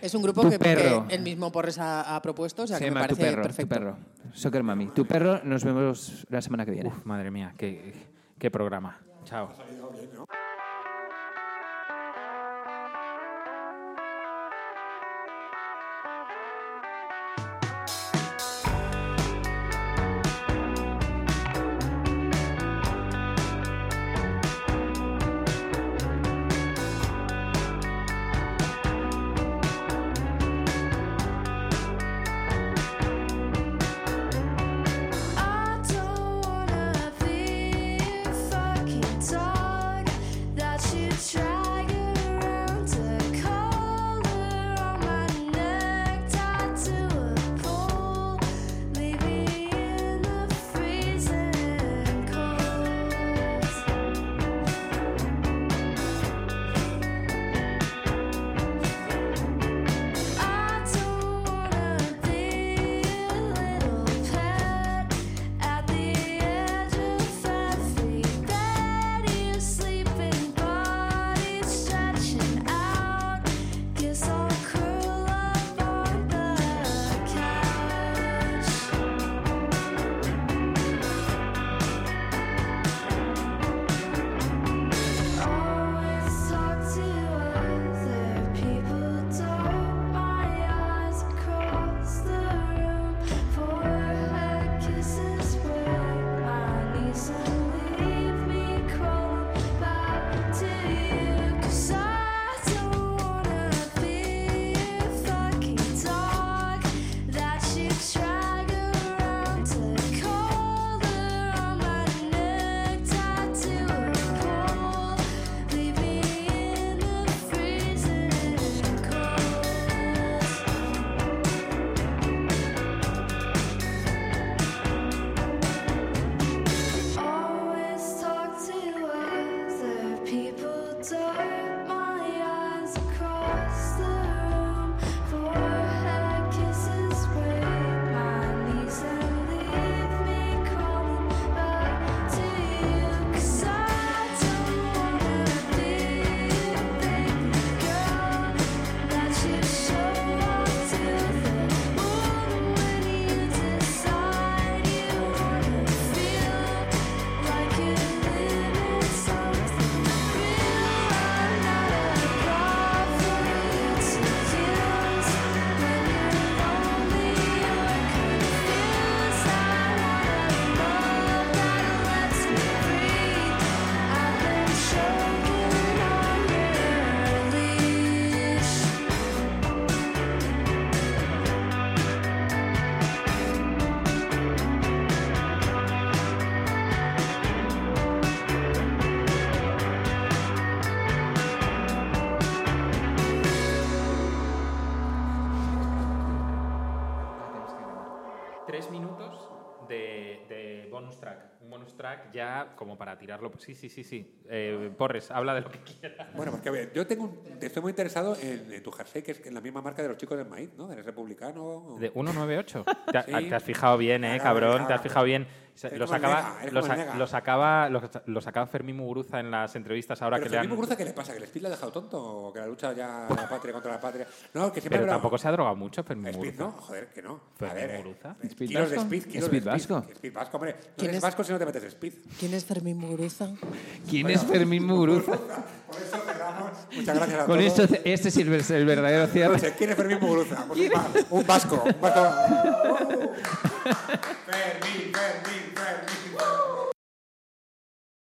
Es un grupo
Tu
que,
perro.
que el mismo Porres ha, ha propuesto, o sea,
Se
que me
llama Tu
parece
Perro. Tu
perfecto.
Perro. Soccer Mommy. Tu Perro. Nos vemos la semana que viene.
Uf, madre mía, qué, qué programa. Chao.
I don't wanna be a fucking dog that you drag around a collar on my neck, tied to a pole, leave me in the freezing cold. I don't wanna be a little pet at the edge of every bed. Your sleeping body stretching out. Guess I'll curl up on the couch. Always talk to other people. Don't my eyes across the room? Forehead kisses break my knees and leave me crawling back to you. 'Cause I don't wanna be a fucking dog that you drag around to collar on my neck, tied to a pole. Leave me in the freezing cold. Always talk to other people. Dirt my eyes across the room. Forehead kisses break my knees and leave me crawling back to you. 'Cause I don't wanna be a big girl that you show up to the moon when you decide you wanna feel. Like you live in something real. I'm not a god for you to use. When you're lonely or confused, I want a love that lets me breathe. I've been choking on your leash.
Tres minutos de, de bonus track. Un bonus track ya como para tirarlo. Sí, sí, sí, sí. Eh, Porres, habla de lo que quieras.
Bueno, porque a ver, yo tengo un- estoy muy interesado en, en tu jersey, que es que es la misma marca de los chicos del maíz, ¿no? Del republicano.
De 198. Te, ha-
Sí.
te has fijado bien, eh,
Claro,
cabrón. Te
claro.
has fijado bien. Se-
Es
Lo
como el
sacaba,
Nega, es
lo,
como
sa-
el Nega.
lo sacaba, lo, lo sacaba Fermín Muguruza en las entrevistas ahora
Pero
que le
Fermín
han...
Muguruza, ¿qué le pasa? ¿Que el Speed le ha dejado tonto? ¿O que la lucha ya la patria contra la patria? No, que siempre
Pero
habrá-
tampoco se ha drogado mucho Fermín
Speed
Muguruza.
no, joder, que no. A
Fermín
ver, eh,
Muguruza.
eh,
¿Speed
kilos de
vasco?
Speed, kilos
¿Speed
de
vasco?
Speed. Speed vasco, hombre. No
¿Quién
eres
es?
vasco si no te metes Speed.
¿Quién es Fermín Muguruza?
¿Quién es Fermín Muguruza?
Por eso cerramos. <laughs> Muchas gracias a
Con
todos.
esto, este sí es el verdadero cierre. <laughs>
Entonces, ¿quién es Fermín Muguruza? Pues un, va- un vasco. Un vasco.